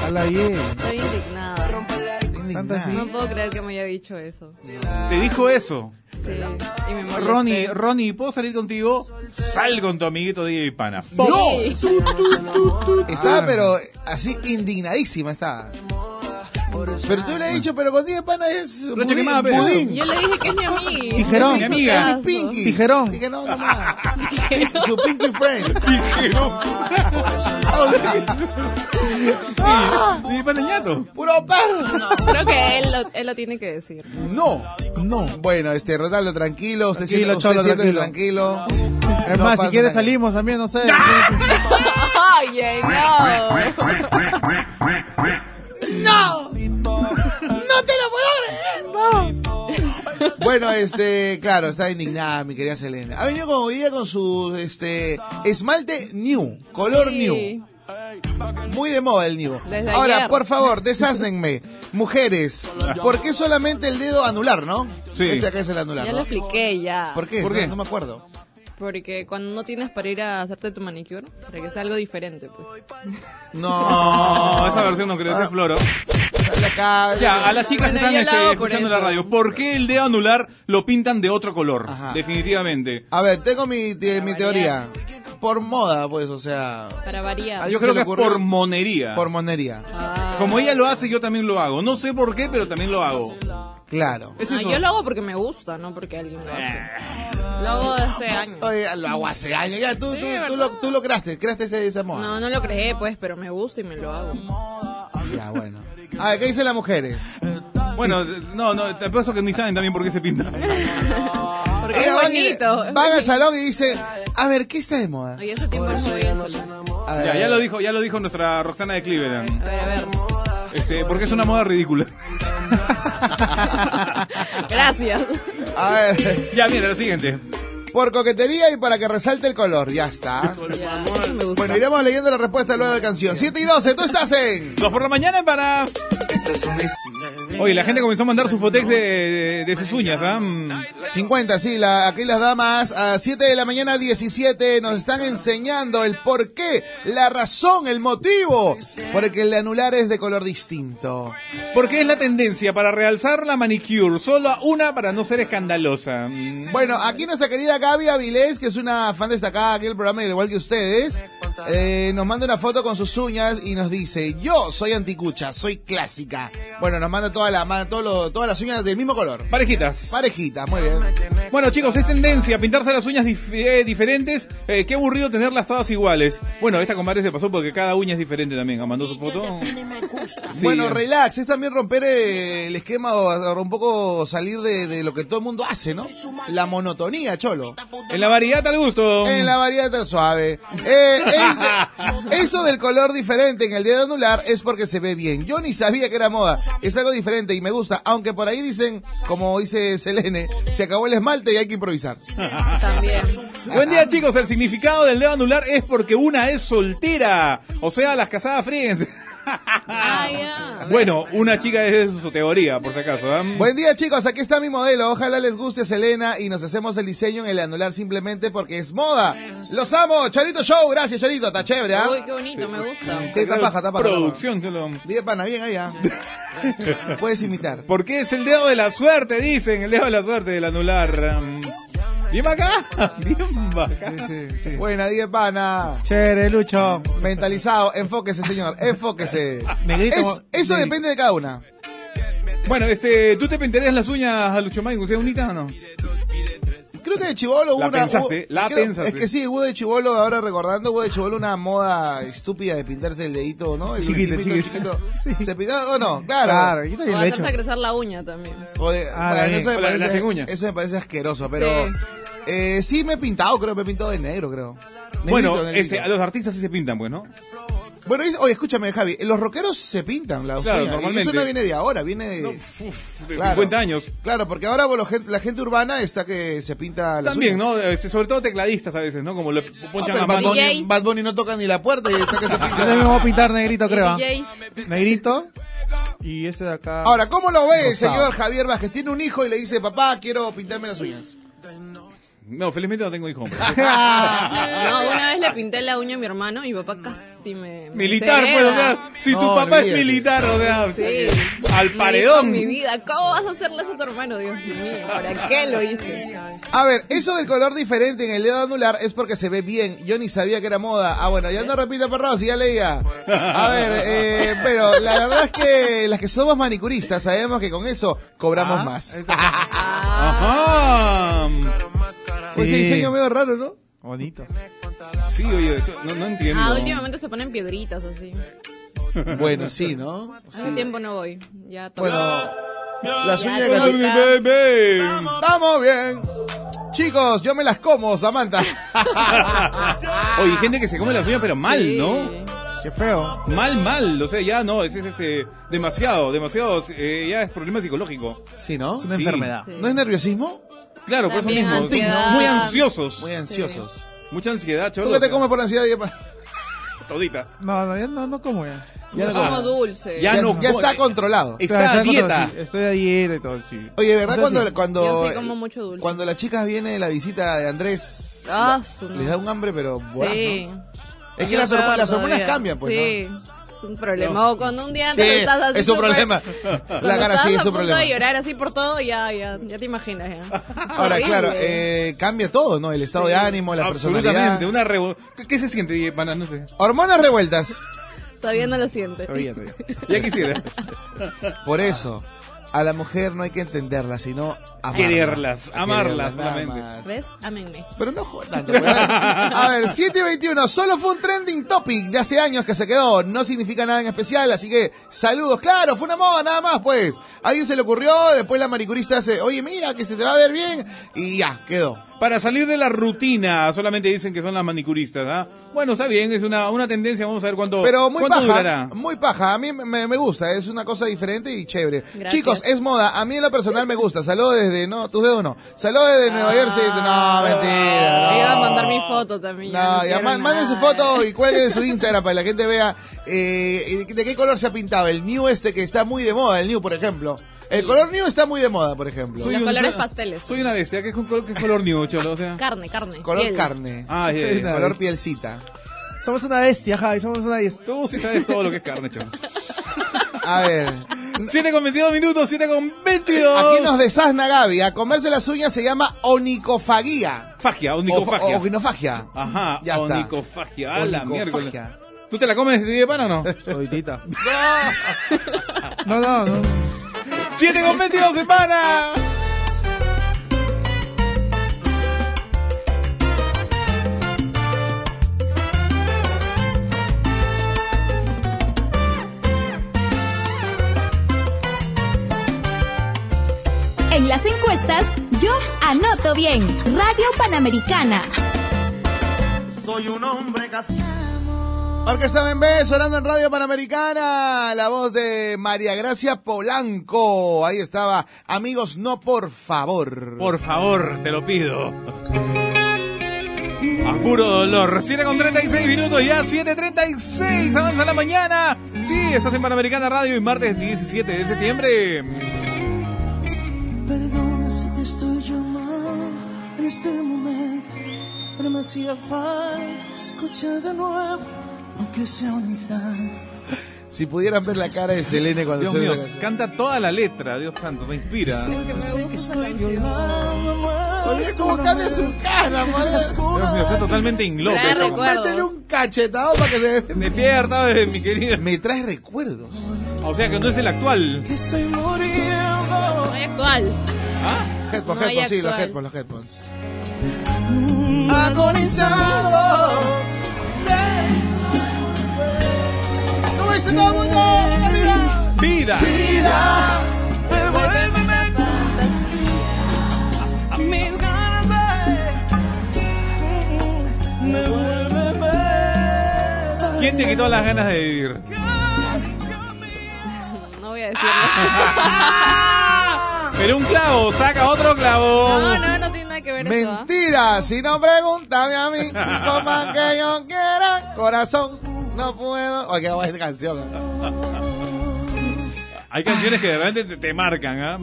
Hala bien. Estoy indignada. Tanta así. No puedo creer que me haya dicho eso. Sí. Te dijo eso. Y me molesté. Ronnie, Ronnie, ¿puedo salir contigo? Sal con tu amiguito DJ Pana. Sí. Ah. Estaba, pero así indignadísima estaba. Pero tú le has dicho, pero con 10 panas es Brocha budín. quemada, pero. budín. Yo le dije que es mi amiga. Tijerón. Me Mi hizo amiga. caso. Pinky. Tijerón. Tijerón nomás. Su pinky friend. Sí, sí, para el ñato. Puro perro. Creo que él lo, él lo tiene que decir. No. No. Bueno, este, Ronaldo, tranquilo. Usted Tranquilo, siente- usted cholo, siéntese tranquilo. tranquilo. Es No más, pasa si quieres nada. salimos también, no sé. Oye, no. Bueno, este, claro, está indignada mi querida Selena. Ha venido como día con su este esmalte new, color Sí. new. Muy de moda el new. Desde Ahora, ayer. por favor, desháznenme. Mujeres, ¿por qué solamente el dedo anular, no? Sí. Este acá es el anular. Ya ¿no? lo expliqué ya. ¿Por qué? ¿Por No- qué? No, me acuerdo. Porque cuando no tienes para ir a hacerte tu manicure, para que sea algo diferente, pues. No, No. esa versión no creo, ese es floro. Sale acá. Ya, a las chicas que Bueno, están yo lo este, hago por escuchando la eso. radio, ¿por qué el dedo anular lo pintan de otro color? Ajá. Definitivamente. A ver, tengo mi, te- mi teoría. Por moda, pues, o sea, Para variar. Ah, Yo ¿Se creo le que es ocurrió? por monería. por monería. Como ella lo hace, yo también lo hago. No sé por qué, pero también lo hago. Claro. Es Ah, eso. yo lo hago porque me gusta, no porque alguien lo hace. Lo hago hace años. Oye, lo hago hace años. Ya, tú, Sí, tú, tú, ¿verdad? lo, tú lo creaste, creaste ese, esa moda. No, no lo creé, pues, pero me gusta y me lo hago. Ya, bueno. A ver, ¿qué dicen las mujeres? Bueno, no, no, te apuesto que ni saben también por qué se pinta. Porque es Ellas van y- bonito. Van, al salón y dicen, a ver, ¿qué está de moda? Oye, ese tiempo es muy A ver, Ya, a ya ver. lo dijo, ya lo dijo nuestra Roxana de Cleveland. A ver, a ver. Este, porque es una moda ridícula. Gracias. A ver, Ya, mira, lo siguiente. por coquetería y para que resalte el color, ya está. Ya, me gusta. Bueno, iremos leyendo la respuesta luego de canción. 7 y 12, tú estás en... Dos por la mañana para. Oye, la gente comenzó a mandar sus fotex de, de- de sus uñas, ¿ah? Mm. 50, sí, la, aquí las damas a 7 de la mañana 17 nos están enseñando el por qué, la razón, el motivo, porque el de anular es de color distinto. Porque es la tendencia para realzar la manicure. Solo a una para no ser escandalosa. Mm. Bueno, aquí nuestra querida Gaby Avilés, que es una fan destacada aquí del programa, al igual que ustedes, eh, nos manda una foto con sus uñas y nos dice, yo soy anticucha, soy clásica. Bueno, nos manda toda la, ma- todo lo- todas las uñas del mismo color. Parejitas. Parejita, muy bien. Bueno, chicos, es tendencia a pintarse las uñas dif- eh, diferentes. Eh, qué aburrido tenerlas todas iguales. Bueno, esta comadre se pasó porque cada uña es diferente también. Ah, Mandó su foto. Sí. Bueno, relax, es también romper eh, el esquema o, o un poco salir de, de lo que todo el mundo hace, ¿no? La monotonía, cholo. En la variedad al gusto. En la variedad tan suave. Eh, es- eso del color diferente en el dedo anular es porque se ve bien. Yo ni sabía que era moda. Es algo diferente y me gusta. Aunque por ahí dicen, como dice Selene, se acabó el esmalte y hay que improvisar. También. Buen día, chicos. El significado del dedo anular es porque una es soltera. O sea, las casadas fríense. Ah, ya. Bueno, una chica es de su teoría, por si acaso. ¿ah? Buen día chicos, aquí está mi modelo. Ojalá les guste Selena y nos hacemos el diseño en el anular simplemente porque es moda. Los amo, Charito Show. Gracias, Charito. Está chévere, ¿ah? Uy, qué bonito, me gusta. Sí, está paja, está paja, está paja. Producción, yo lo- Dile pana, bien allá. Puedes imitar. Porque es el dedo de la suerte, dicen. El dedo de la suerte del anular. Mm. Bien acá. Bien acá. Buena, Dile pana. Chévere, Lucho. Mentalizado, enfóquese, señor, enfóquese. Me grito Es- como- eso me- depende de cada una. Bueno, este, ¿tú te pintarías las uñas a Lucho May, José Unita o no? Creo que de Chivolo La una. pensaste, la creo- pensaste. Es que sí, hubo de Chivolo, ahora recordando, hubo de Chivolo una moda estúpida de pintarse el dedito, ¿no? El Chiquito, chiquito, chiquito. chiquito. ¿Se pintó o no? Claro. Claro, yo O también lo he hecho. hacerse crecer la uña también. O de- bueno, Ah, la de- eso, me o la- la parece, sin uña. eso me parece asqueroso, pero. Sí. Eh, sí, me he pintado, creo, me he pintado de negro, creo. Negrito, Bueno, negrito. este, a los artistas sí se pintan, pues, ¿no? Bueno, es- oye, escúchame, Javi, los rockeros se pintan las Claro, uñas, y normalmente. Eso no viene de ahora, viene de... No, uf, de Claro. 50 años. Claro, porque ahora vos, lo gen- la gente urbana está que se pinta las También, uñas. ¿no? Este, sobre todo tecladistas a veces, ¿no? Como lo Ah, ponchan pero a Bad mano. Bunny, DJs. Bad Bunny no toca ni la puerta y está que se Yo también me pinta. voy a pintar negrito, creo. ¿ah? Y DJs, Negrito. Y ese de acá. Ahora, ¿cómo lo ve el Rosado. señor Javier Vázquez? Tiene un hijo y le dice, papá, quiero pintarme las uñas. No, felizmente no tengo hijo hombre. Ah, No, una vez le pinté la uña a mi hermano y mi papá casi me. me militar, pues, o sea, pega. si tu No, papá es olvídate. militar, o sea, Sí. Me al dijo, paredón. Mi vida, ¿cómo vas a hacerle eso a tu hermano? Dios mío, ¿para qué lo hice? A ver, eso del color diferente en el dedo anular es porque se ve bien. Yo ni sabía que era moda. Ah, bueno, ya no repito perros, ya leía. A ver, eh, pero la verdad es que las que somos manicuristas sabemos que con eso Ah, cobramos más. Ajá. Pues ese Sí. diseño medio raro, ¿no? Bonito. Sí, oye, eso, no, no entiendo. Ah, últimamente se ponen piedritas así. Bueno, sí, ¿no? Hace tiempo no voy. Ya todo. Bueno, las Ya, uñas de tú gatito. Ay, baby. Vamos bien. Chicos, yo me las como, Samantha. Oye, gente que se come las uñas, pero mal, Sí. ¿no? Qué feo. Mal, mal. O sea, ya no, ese es este. Demasiado, demasiado. eh, ya es problema psicológico. Sí, ¿no? Es una Sí. enfermedad. ¿No es nerviosismo? Claro, por eso También mismo. ansiedad. Muy ansiosos. Muy ansiosos. Mucha ansiedad, ¿Tú cholo. qué te comes por la ansiedad? Ya, Todita. No, no, ya no, no como ya. ya no como comes. dulce. Ya Ya- no ya está come. controlado. Está a Claro, estoy dieta. con todo, sí. Estoy a dieta y todo, sí. Oye, ¿verdad Entonces, cuando, sí. cuando, Yo sí como mucho dulce. cuando las chicas vienen de la visita de Andrés, Ah, la- su les da un hambre, pero buenas, Sí. ¿no? Es que Yo las, hormo- peor las hormonas todavía. cambian, pues, Sí. ¿no? Es un problema. O cuando un día Sí, antes estás así. es un súper- problema. cuando La cara estás sí a es un punto de problema. llorar así por todo, ya, ya, ya te imaginas. Ya. Ahora, Horrible. claro, eh, cambia todo, ¿no? El estado de ánimo, la personalidad. Absolutamente. Una revo... ¿Qué, qué se siente, eh, DJ Pana? No sé. Hormonas revueltas. Todavía no lo sientes. Todavía, todavía. Ya quisiera. Por eso, a la mujer no hay que entenderla, sino amarla. Quererlas, A amarlas nada solamente. más. ¿Ves? Ámenme. Pero no jodas tanto, weón. A ver, 721, solo fue un trending topic de hace años que se quedó. No significa nada en especial, así que saludos. Claro, fue una moda nada más, pues. A alguien se le ocurrió, después la maricurista hace, oye, mira, que se te va a ver bien. Y ya, quedó. Para salir de la rutina, solamente dicen que son las manicuristas, ¿ah? Bueno, está bien, es una, una tendencia, vamos a ver cuánto, Pero muy cuánto paja, durará. muy paja. A mí me, me gusta, es una cosa diferente y chévere. Gracias. Chicos, es moda. A mí en lo personal me gusta. Saludos desde, no, tus dedos no. Saludos desde Nueva York City. No, mentira. No. Me Ah. iba a mandar mi foto también. No, ya quiero man- nada. manden su foto y cuelguen su Instagram para que la gente vea eh, de qué color se ha pintado. El new este que está muy de moda, el new, por ejemplo. El color new está muy de moda, por ejemplo. Soy- Los colores pasteles. Soy una bestia, que es un color, que es color new, cholo, o sea. Carne, carne. color piel. carne. Ah, ya, ya, ya. color pielcita. Somos una bestia, Javi, somos una bestia. Tú sí sabes todo lo que es carne, cholo. A ver. 7 con 22 minutos, 7 con 22. Aquí nos desasna Gaby. A comerse las uñas se llama onicofagia. Fagia, O, onicofagia. onicofagia. Ajá, Ya está. onicofagia. A la miércoles. Onicofagia. ¿Tú te la comes de pan o no? Toditita. No, no, no. 7 con 22 semanas. En las encuestas, yo anoto bien. Radio Panamericana. Soy un hombre casado. Orquesta Bembé sonando en Radio Panamericana, la voz de María Gracia Polanco. Ahí estaba, amigos, no por favor. Por favor, te lo pido. A puro dolor. 7 con 36 minutos ya, 7.36. Avanza la mañana. Sí, estás en Panamericana Radio y martes 17 de septiembre. Perdona si te estoy llamando en este momento, pero me hacía falta escuchar de nuevo, aunque sea un instante. Si pudieran ver la cara de Selene cuando Dios se mío, canta toda la letra, Dios santo, me inspira. Porque sé que estoy violando más Oye, tu ¿cómo cambia su nombre. cara, Sé que madre? estás Dios mío, estoy curado. totalmente inglobe. Trae Pero recuerdos. métele un cachetado para que se... Despierta, eh, mi querida. Me trae recuerdos. O sea que no es el actual. Que estoy muriendo. Soy actual. Headphones, No hay headphones, sí, los actual. headphones, los headphones. Agonizando. ¿Cómo dice todo el mundo? Arriba. Vida. Vida. Mis ganas de devuélveme. ¿Quién te quitó las ganas de vivir? No voy a decirlo. Pero un clavo, saca otro clavo. No, no, no tiene nada que ver eso. ¿ah? Mentira, si no pregúntame a mí, toma que yo quiera, corazón, no puedo. Oye, qué buena canción. Hay canciones que de repente te, te marcan, ¿ah?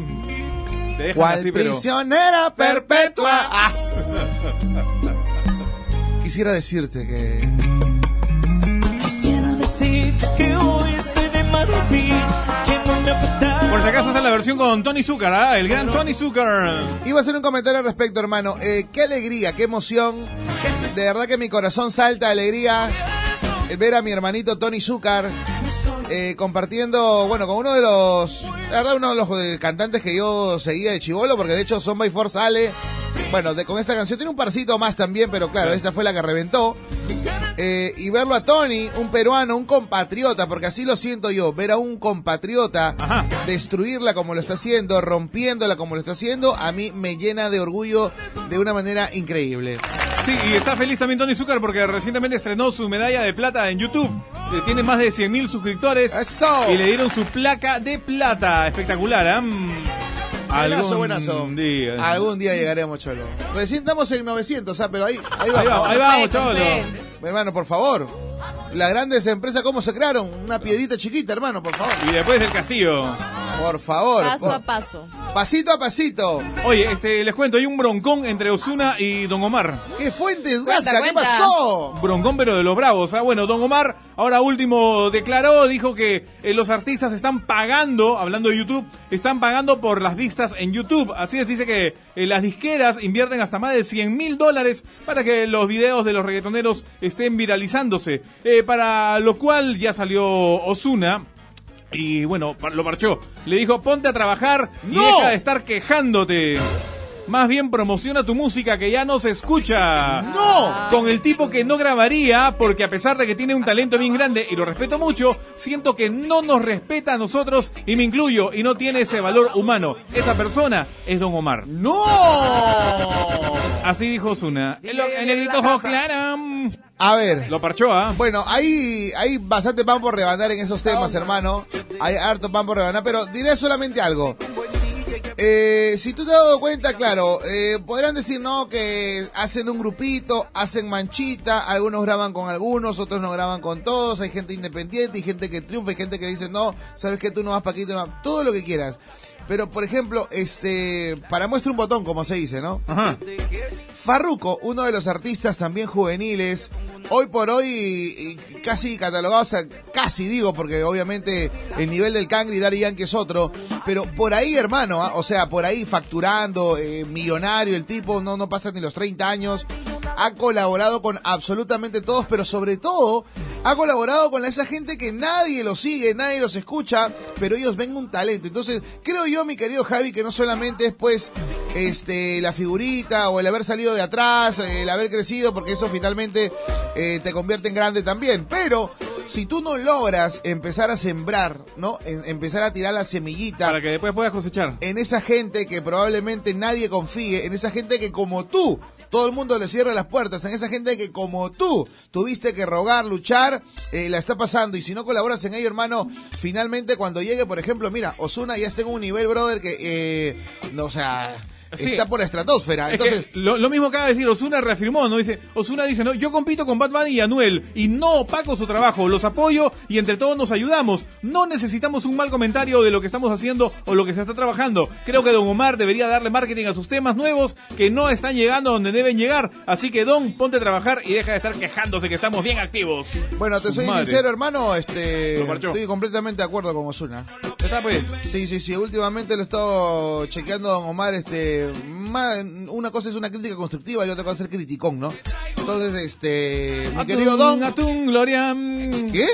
te dejan ¿Cuál así, pero... prisionera perpetua? Ah, sí. Quisiera decirte que... Quisiera decirte que hoy estoy de maravilla, que no me afecta. Por si acaso está la versión con Tony Zucker, ¿ah? El gran Tony Zucker. Iba a hacer un comentario al respecto, hermano. Eh, qué alegría, qué emoción. De verdad que mi corazón salta de alegría eh, ver a mi hermanito Tony Zúcar eh, compartiendo, bueno, con uno de los, la verdad, uno de los eh, cantantes que yo seguía de chivolo, porque de hecho Son by Force sale, bueno, de, con esta canción tiene un parcito más también, pero claro, esta fue la que reventó. Eh, y verlo a Tony, un peruano, un compatriota, porque así lo siento yo, ver a un compatriota destruirla como lo está haciendo, rompiéndola como lo está haciendo, a mí me llena de orgullo de una manera increíble. Sí, y está feliz también Tony Zucker porque recientemente estrenó su medalla de plata en YouTube. Eh, Tiene más de 100.000 suscriptores. Y le dieron su placa de plata. Espectacular, ¿ah? Mm. Buenazo, buenazo. Ah. día. Algún día llegaremos, Cholo. Recién estamos en 900, ah, pero ahí, ahí Ahí vamos. vamos, ahí vamos, Cholo. Mi hermano, por favor. Las grandes empresas, ¿cómo se crearon? Una piedrita chiquita, hermano, por favor. Y después del castillo. Por favor. Paso por- a paso. Pasito a pasito. Oye, este, les cuento, hay un broncón entre Osuna y Don Omar. ¿Qué fuentes, Cuenta, Gasca? ¿Qué cuenta. pasó? Broncón pero de los bravos. Ah, bueno, Don Omar ahora último declaró, dijo que eh, los artistas están pagando, hablando de YouTube, están pagando por las vistas en YouTube. Así es, dice que eh, las disqueras invierten hasta más de 100 mil dólares para que los videos de los reggaetoneros estén viralizándose. Eh, para lo cual ya salió Osuna. Y bueno, par- lo parchó. Le dijo, ponte a trabajar y ¡No! deja de estar quejándote. Más bien promociona tu música que ya no se escucha. ¡No! Con el tipo que no grabaría, porque a pesar de que tiene un talento bien grande y lo respeto mucho, siento que no nos respeta a nosotros y me incluyo y no tiene ese valor humano. Esa persona es Don Omar. ¡No! Así dijo Zuna. El, el negrito ojo claro. A ver. Lo parchó, ¿ah? Bueno, hay, hay bastante pan por rebanar en esos temas, hermano. Hay harto pan por rebanar, pero diré solamente algo. Eh, si tú te has dado cuenta, claro, eh, podrán decir, no, que hacen un grupito, hacen manchita, algunos graban con algunos, otros no graban con todos, hay gente independiente, hay gente que triunfa, hay gente que dice, no, sabes que tú no vas para aquí, tú no, vas", todo lo que quieras. Pero, por ejemplo, este, para muestra un botón, como se dice, ¿no? Ajá. Farruko, uno de los artistas también juveniles, hoy por hoy y- y casi catalogado, o sea, casi digo, porque obviamente el nivel del Cangri y Daddy Yankee es otro, pero por ahí, hermano, ¿ah? o sea, por ahí facturando, eh, millonario el tipo, no, no pasa ni los 30 años, ha colaborado con absolutamente todos, pero sobre todo ha colaborado con esa gente que nadie los sigue, nadie los escucha, pero ellos ven un talento. Entonces, creo yo, mi querido Javi, que no solamente es pues este la figurita o el haber salido de atrás, el haber crecido, porque eso finalmente eh, te convierte en grande también, pero si tú no logras empezar a sembrar, ¿no? En- empezar a tirar la semillita Para que después puedas cosechar. en esa gente que probablemente nadie confíe, en esa gente que como tú, todo el mundo le cierra las puertas, en esa gente que como tú tuviste que rogar, luchar, eh, la está pasando. Y si no colaboras en ello, hermano, finalmente cuando llegue, por ejemplo, mira, Osuna ya está en un nivel, brother, que, eh, no, o sea, Sí. está por la estratosfera. Es Entonces, que lo, lo mismo acaba de decir, Osuna reafirmó, ¿no? Dice, Osuna dice, no, yo compito con Bad Bunny y Anuel y no opaco su trabajo, los apoyo y entre todos nos ayudamos. No necesitamos un mal comentario de lo que estamos haciendo o lo que se está trabajando. Creo que Don Omar debería darle marketing a sus temas nuevos que no están llegando a donde deben llegar. Así que Don, ponte a trabajar y deja de estar quejándose que estamos bien activos. bueno, te soy Madre. sincero, hermano, este, Lo marchó. estoy completamente de acuerdo con Osuna. Ya está, pues. Sí, sí, sí. Últimamente lo he estado chequeando, don Omar. Este, ma- una cosa es una crítica constructiva y otra cosa es ser criticón, ¿no? Entonces, este, mi querido Atún, don. Atún, Gloria. ¿Qué?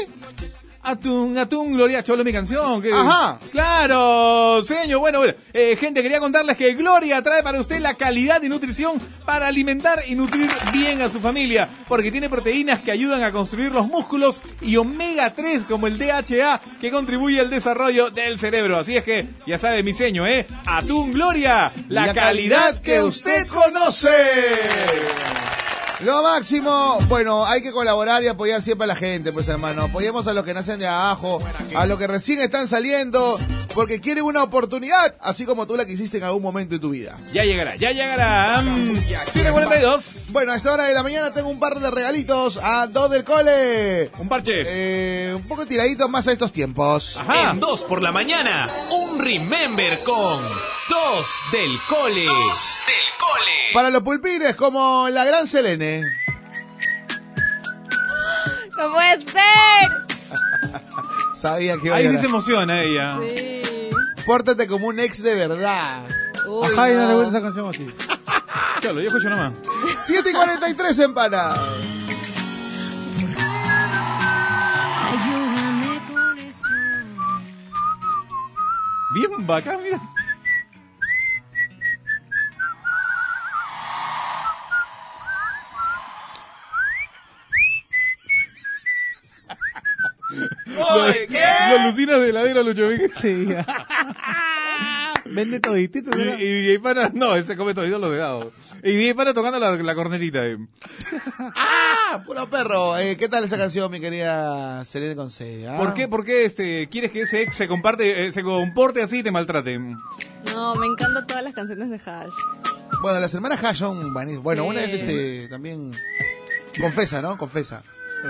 Atún, atún, Gloria Cholo, mi canción. que- Ajá. Claro, señor. Bueno, bueno. Eh, gente, quería contarles que Gloria trae para usted la calidad y nutrición para alimentar y nutrir bien a su familia. Porque tiene proteínas que ayudan a construir los músculos y omega 3 como el DHA que contribuye al desarrollo del cerebro. Así es que, ya sabe mi seño, ¿eh? Atún, Gloria. La, calidad que usted conoce. Lo máximo, bueno, hay que colaborar y apoyar siempre a la gente, pues hermano. Apoyemos a los que nacen de abajo, a los que recién están saliendo, porque quieren una oportunidad, así como tú la quisiste en algún momento de tu vida. Ya llegará, ya llegará. Mm, Tiene 42. Bueno, a esta hora de la mañana tengo un par de regalitos a dos del cole. Un parche. Eh, un poco tiraditos más a estos tiempos. En 2 por la mañana, un Remember con 2 del cole. Para los pulpines, como la gran Selene. ¡No puede ser! Sabía que iba a Ahí sí llorar. se emociona ella. Pórtate como un ex de verdad. Uy, A Javi no le no. gusta esa canción así. Claro, yo escucho nomás. 7 y 43 en Pana. Ayúdame con eso. Bien bacán, mira. Lo alucinas de heladera, Lucho Vega. Sí, ya. Vende toditito. Y, ¿verdad? y DJ Pana, no, ese come todito los dedados. Y DJ Pana tocando la, la cornetita. eh. Ah, puro perro. Eh, ¿Qué tal esa canción, mi querida Selene Ah. Concea? ¿Por qué, por qué este, quieres que ese ex se, comparte, eh, se comporte así y te maltrate? No, me encantan todas las canciones de Hash. Bueno, las hermanas Hash son buenísimas. Bueno, Sí. una es Eh. este, también. Confesa, ¿no? Confesa.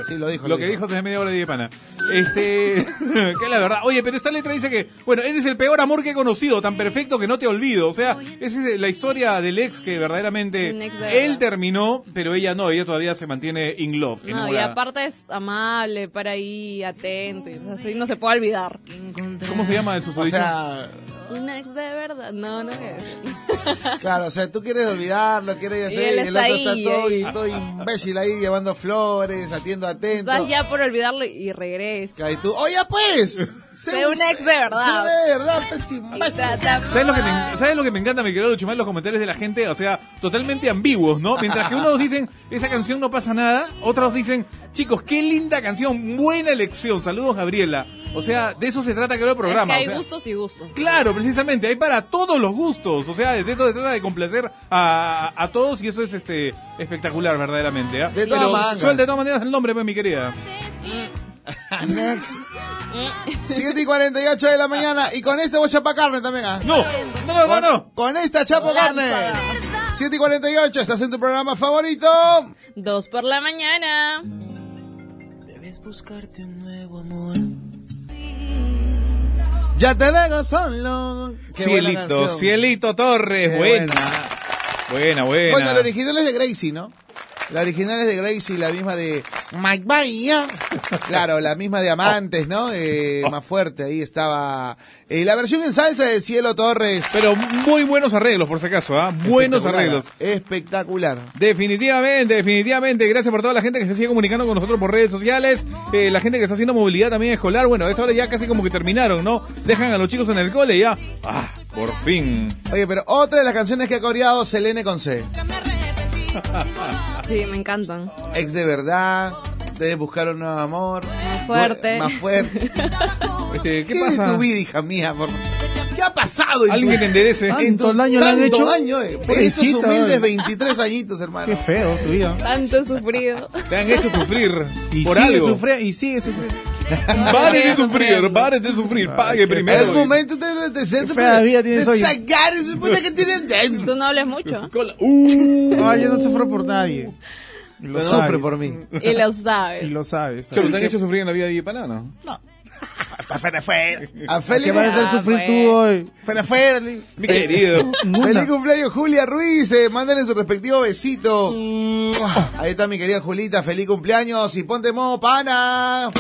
Sí, lo dijo. Lo que dijo hace media hora de Pana. Este, que es la verdad. Oye, pero esta letra dice que, bueno, ese es el peor amor que he conocido, tan perfecto que no te olvido. O sea, esa es la historia del ex que verdaderamente Un ex de él verdad. terminó, pero ella no, ella todavía se mantiene in love. No, y enamorada. aparte es amable, para ahí, atento. y Así no se puede olvidar. ¿Cómo se llama el O susodicho? sea, Un ex de verdad. No, no es. claro, o sea, tú quieres olvidarlo, quieres Y hacer, él y el está otro ahí, está todo, ahí. y todo imbécil ahí llevando flores, atiendo atento. Estás ya por olvidarlo y regresa. Claro, y tú, oye, pues, sé Sé un ex de verdad. sé de verdad, pues, Y imbécil. trata ¿Sabes lo, que me, mal. ¿Sabes lo que me encanta, mi querido Luchumán? Los comentarios de la gente, o sea, totalmente ambiguos, ¿no? Mientras que unos dicen, esa canción no pasa nada, otros dicen, chicos, qué linda canción, buena elección, saludos Gabriela. O sea, de eso se trata creo el Es que programa. o hay sea, gustos y gustos. Claro, precisamente, hay para todos los gustos, o sea, de eso se trata de complacer a, a todos y eso es este espectacular verdaderamente. ¿ah? De todas Pero maneras. suelta de todas maneras el nombre, pues, mi querida. Next. 7 y 48 de la mañana. Y con esta voy a chapa carne también, ¿ah? No, no, no, no. Con esta chapo carne. 7 y 48, estás en tu programa favorito. Dos por la mañana. Debes buscarte un nuevo amor. Ya te dejo solo. Qué buena Cielito, canción. Cielito Torres, Qué buena. Buena, buena. Bueno, la original es de Gracie, ¿no? La original es de Gracie, la misma de Mike Bahía. Claro, la misma de Amantes, ¿no? Eh, Oh. más fuerte, ahí estaba. Eh, la versión en salsa de Cielo Torres. Pero muy buenos arreglos, por si acaso, ¿ah? Buenos Espectacular, arreglos. Espectacular. Definitivamente, definitivamente. Gracias por toda la gente que se sigue comunicando con nosotros por redes sociales. Eh, la gente que está haciendo movilidad también escolar. Bueno, a esta hora ya casi como que terminaron, ¿no? Dejan a los chicos en el cole ya. Ah, por fin. Oye, pero otra de las canciones que ha coreado Selene con C. Sí, me encantan. Ex de verdad. Debes buscar un nuevo amor. Más fuerte. Más fuerte. Este, ¿Qué ¿Qué es de pasa? tu vida, hija mía? por- ¿Qué ha pasado? en Alguien tu- que te enderece. en tu- Tanto daño le han tanto hecho. daño, eh. Por esos Pobrecita, humildes oye. 23 añitos, hermano. Qué feo tu vida. Tanto he sufrido. Te han hecho sufrir Y por sigue algo. sufri- y sigue sufriendo. Paren de sufrir, Sigue sufriendo. paren de sufrir. Pague primero. es momento de, de, ser- Qué fea vida tienes de hoy. sacar esa puta que tienes dentro. Tú no hables mucho. Cola. Uh. No, yo no sufro por nadie. Y Lo sabes. sufre por mí. Y lo Y sabes. lo sabes. Cholo, ¿te han hecho sufrir en la vida de Villapanada, no? A ¿Qué feliz, vas a hacer sufrir tú hoy? Fuera, fuera. li- Mi querido. Ninguna. feliz cumpleaños, Julia Ruiz. Eh, mándale su respectivo besito. Mm. Ahí está mi querida Julita. Feliz cumpleaños y ponte modo pana.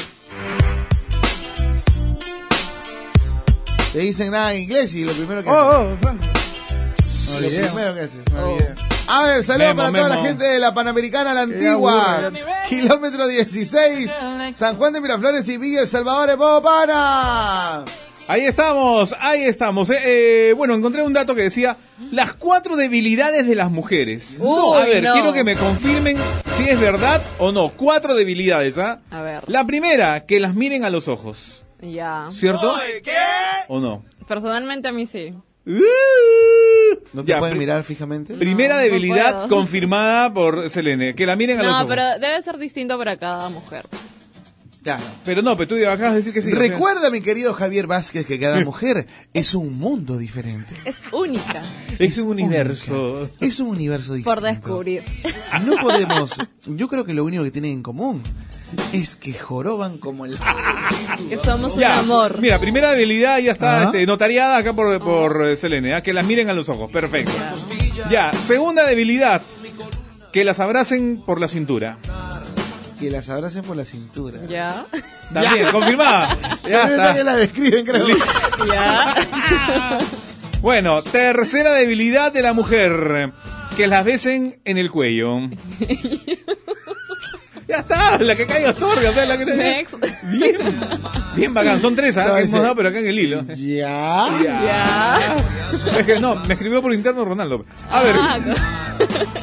Te dicen nada en inglés y lo primero que haces- Oh, oh, Frank. eh. Oh. lo primero que haces. A ver, saludos Memo, para toda la Memo. gente de la Panamericana la Antigua. Kilómetro 16, San Juan de Miraflores y Villa El Salvador en modo pana. Ahí estamos, ahí estamos. Eh, eh, bueno, encontré un dato que decía las cuatro debilidades de las mujeres. Uy, a ver, no. quiero que me confirmen si es verdad o no. Cuatro debilidades, ¿ah? A ver. La primera, que las miren a los ojos, Ya. ¿cierto? ¿O no? Personalmente a mí sí. ¿No te Uh, Ya, pueden pri- mirar fijamente? Primera No, no debilidad puedo. confirmada por Selene, que la miren a los No, ojos. pero debe ser distinto para cada mujer. Pero no, pero tú acabas de decir que sí. o sea. Recuerda, mi querido Javier Vázquez, que cada mujer es un mundo diferente. Es única Es un universo. Es un universo por distinto. descubrir. No podemos. Yo creo que lo único que tienen en común es que joroban como el. Que somos un Ya, amor. Mira, primera debilidad ya está Ajá. este, notariada acá por, por eh, Selene, ¿ah? que las miren a los ojos, perfecto. Ya, segunda debilidad, que las abracen por la cintura. Que las abracen por la cintura. Ya. También, Ya. confirmada. Ya Se está. nota que la describen, creo. Ya. Bueno, tercera debilidad de la mujer, que las besen en el cuello. ya está, la que caiga otorga, o sea, la que Next. Bien, bien bacán, son tres, ¿ah? No, que ese- hemos dado, pero acá en el hilo. Ya. Es que no, me escribió por interno Ronaldo. A ver. Ah,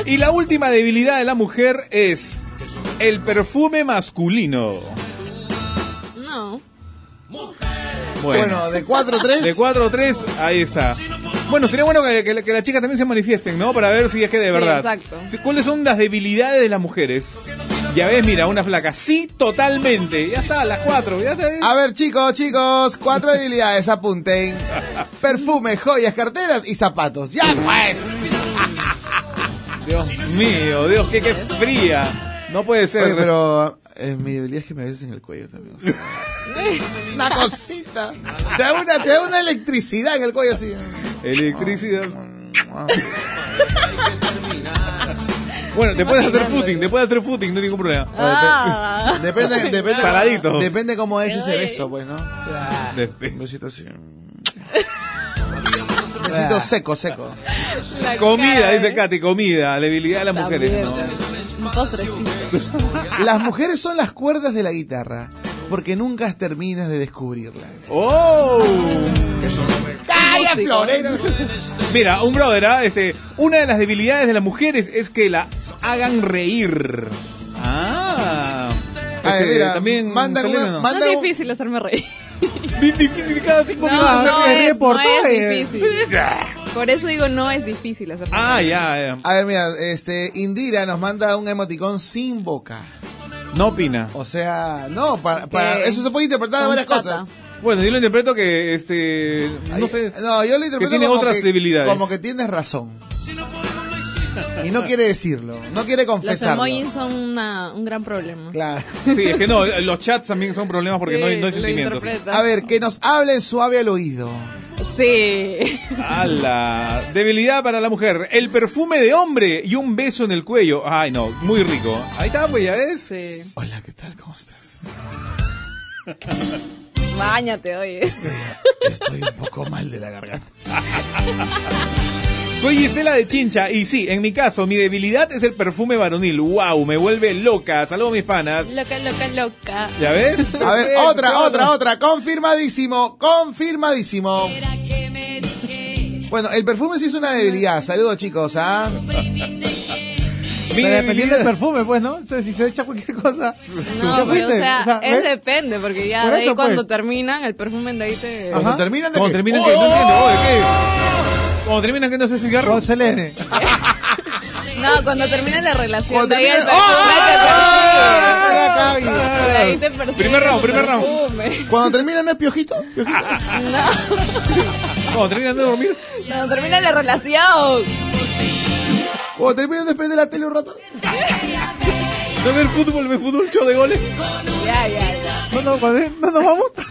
Y la última debilidad de la mujer es el perfume masculino. No. Bueno, de 4 a 3. De 4 a 3, ahí está. Bueno, sería bueno que, que- que las chicas también se manifiesten, ¿no? Para ver si es que de Sí, verdad. exacto. Si- ¿Cuáles son las debilidades de las mujeres? Ya ves, mira, una flaca. Sí, totalmente. Ya está, las 4. Ya está. A ver, chicos, chicos, cuatro debilidades, apunten. Perfume, joyas, carteras y zapatos. ¡Ya, pues! Dios mío, Dios, qué, qué fría. No puede ser. Oye, pero eh, mi debilidad es que me besen el cuello también. o sea, una cosita. Te da una, te da una electricidad en el cuello así. Electricidad. Bueno, te puedes hacer footing, te puedes hacer footing, no hay ningún problema. Ah. Depende, depende. Saladito. Depende cómo es ese beso, pues, ¿no? Despe- Besito así. Besito seco, seco. La Comida, cara, dice ¿eh? Katy, comida, debilidad de las mujeres. También. ¿no? Un postrecito. Las mujeres son las cuerdas de la guitarra, porque nunca terminas de descubrirlas. ¡Oh! este ¡Calla, Florero! Mira, un brother, ¿ah? este, una de las debilidades de las mujeres es que la hagan reír. Ah. Ay, Este, mira, también mandan Selena, una- ¿no? No Manda es un- difícil hacerme reír. Bien difícil cada cinco No, minutos hacer no reír. es, no es reportajes. difícil. Por eso digo, no es difícil hacerme Ah, reír. ya, ya. A ver, mira, este, Indira nos manda un emoticón sin boca. No opina. O sea, no, para, para- Ok. eso se puede interpretar de varias Constata. cosas. Bueno, yo lo interpreto que, este, no Ay, sé. no, yo lo interpreto tiene como otras que, debilidades. Como que tienes razón. Y no quiere decirlo, no quiere Los confesarlo. emojis son una- un gran problema. Claro. Sí, es que no, los chats también son problemas porque no hay, no hay Sí, lo sentimientos. interpreta. A ver, que nos hablen suave al oído. Sí. ¡Hala! Debilidad para la mujer. El perfume de hombre y un beso en el cuello. Ay, no, muy rico. Ahí está, pues ya ves. Sí. Hola, ¿qué tal? ¿Cómo estás? Báñate, oye. Estoy un poco mal de la garganta. Soy Gisela de Chincha y sí, en mi caso, mi debilidad es el perfume varonil. ¡Wow! Me vuelve loca. Saludos, mis panas. Loca, loca, loca. ¿Ya ves? A ver, otra, otra, otra. Confirmadísimo, confirmadísimo. Bueno, el perfume sí es una debilidad. Saludos, chicos. ¿ah? Mi Pero dependiendo debilidad. del perfume, pues, ¿no? O sea, si se echa cualquier cosa. No, ¿Ya pero o fuiste? sea, O sea, es ¿ves? depende, porque ya Por de ahí eso, pues. cuando terminan, el perfume de ahí te... Cuando Ajá. terminan de Cuando que- terminan ¡Oh! que. No entiendo, oye, ¿qué? Cuando Oh, terminan que no se cigarro. Con Selene. No, cuando termina la relación, Cuando de ahí el termina- perfume ¡Ah! te persigue. De ahí te persigue Primer round, tu primer round. perfume. Cuando termina no es piojito. ¿Piojito? Cuando Oh, terminan de dormir. Cuando termina la relación. Cuando termina no es prender la tele un rato. De ver fútbol, ve fútbol, show de goles. Ya, ya, ya. No, no, cuando- no nos vamos.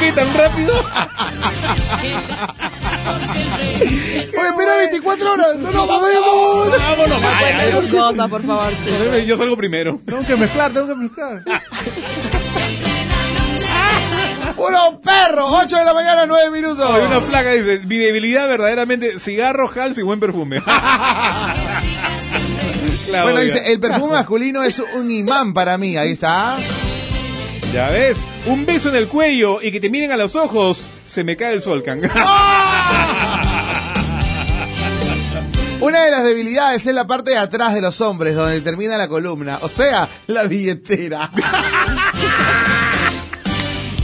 ¿Qué tan rápido? Oye, espera 24 horas. No nos movemos. Vámonos, Cuenta vaya. tus cosas, por favor, chicos. Yo salgo primero. Tengo que mezclar, tengo que mezclar. Puro perro. 8 de la mañana, 9 Hay una minutos. placa dice, mi debilidad verdaderamente, cigarro, hals y buen perfume. Claro, Bueno, oiga. dice, el perfume masculino es un imán para mí. Ahí está. Ya ves, un beso en el cuello y que te miren a los ojos, se me cae el sol, canga. ¡Ah! Una de las debilidades es la parte de atrás de los hombres, donde termina la columna. O sea, la billetera.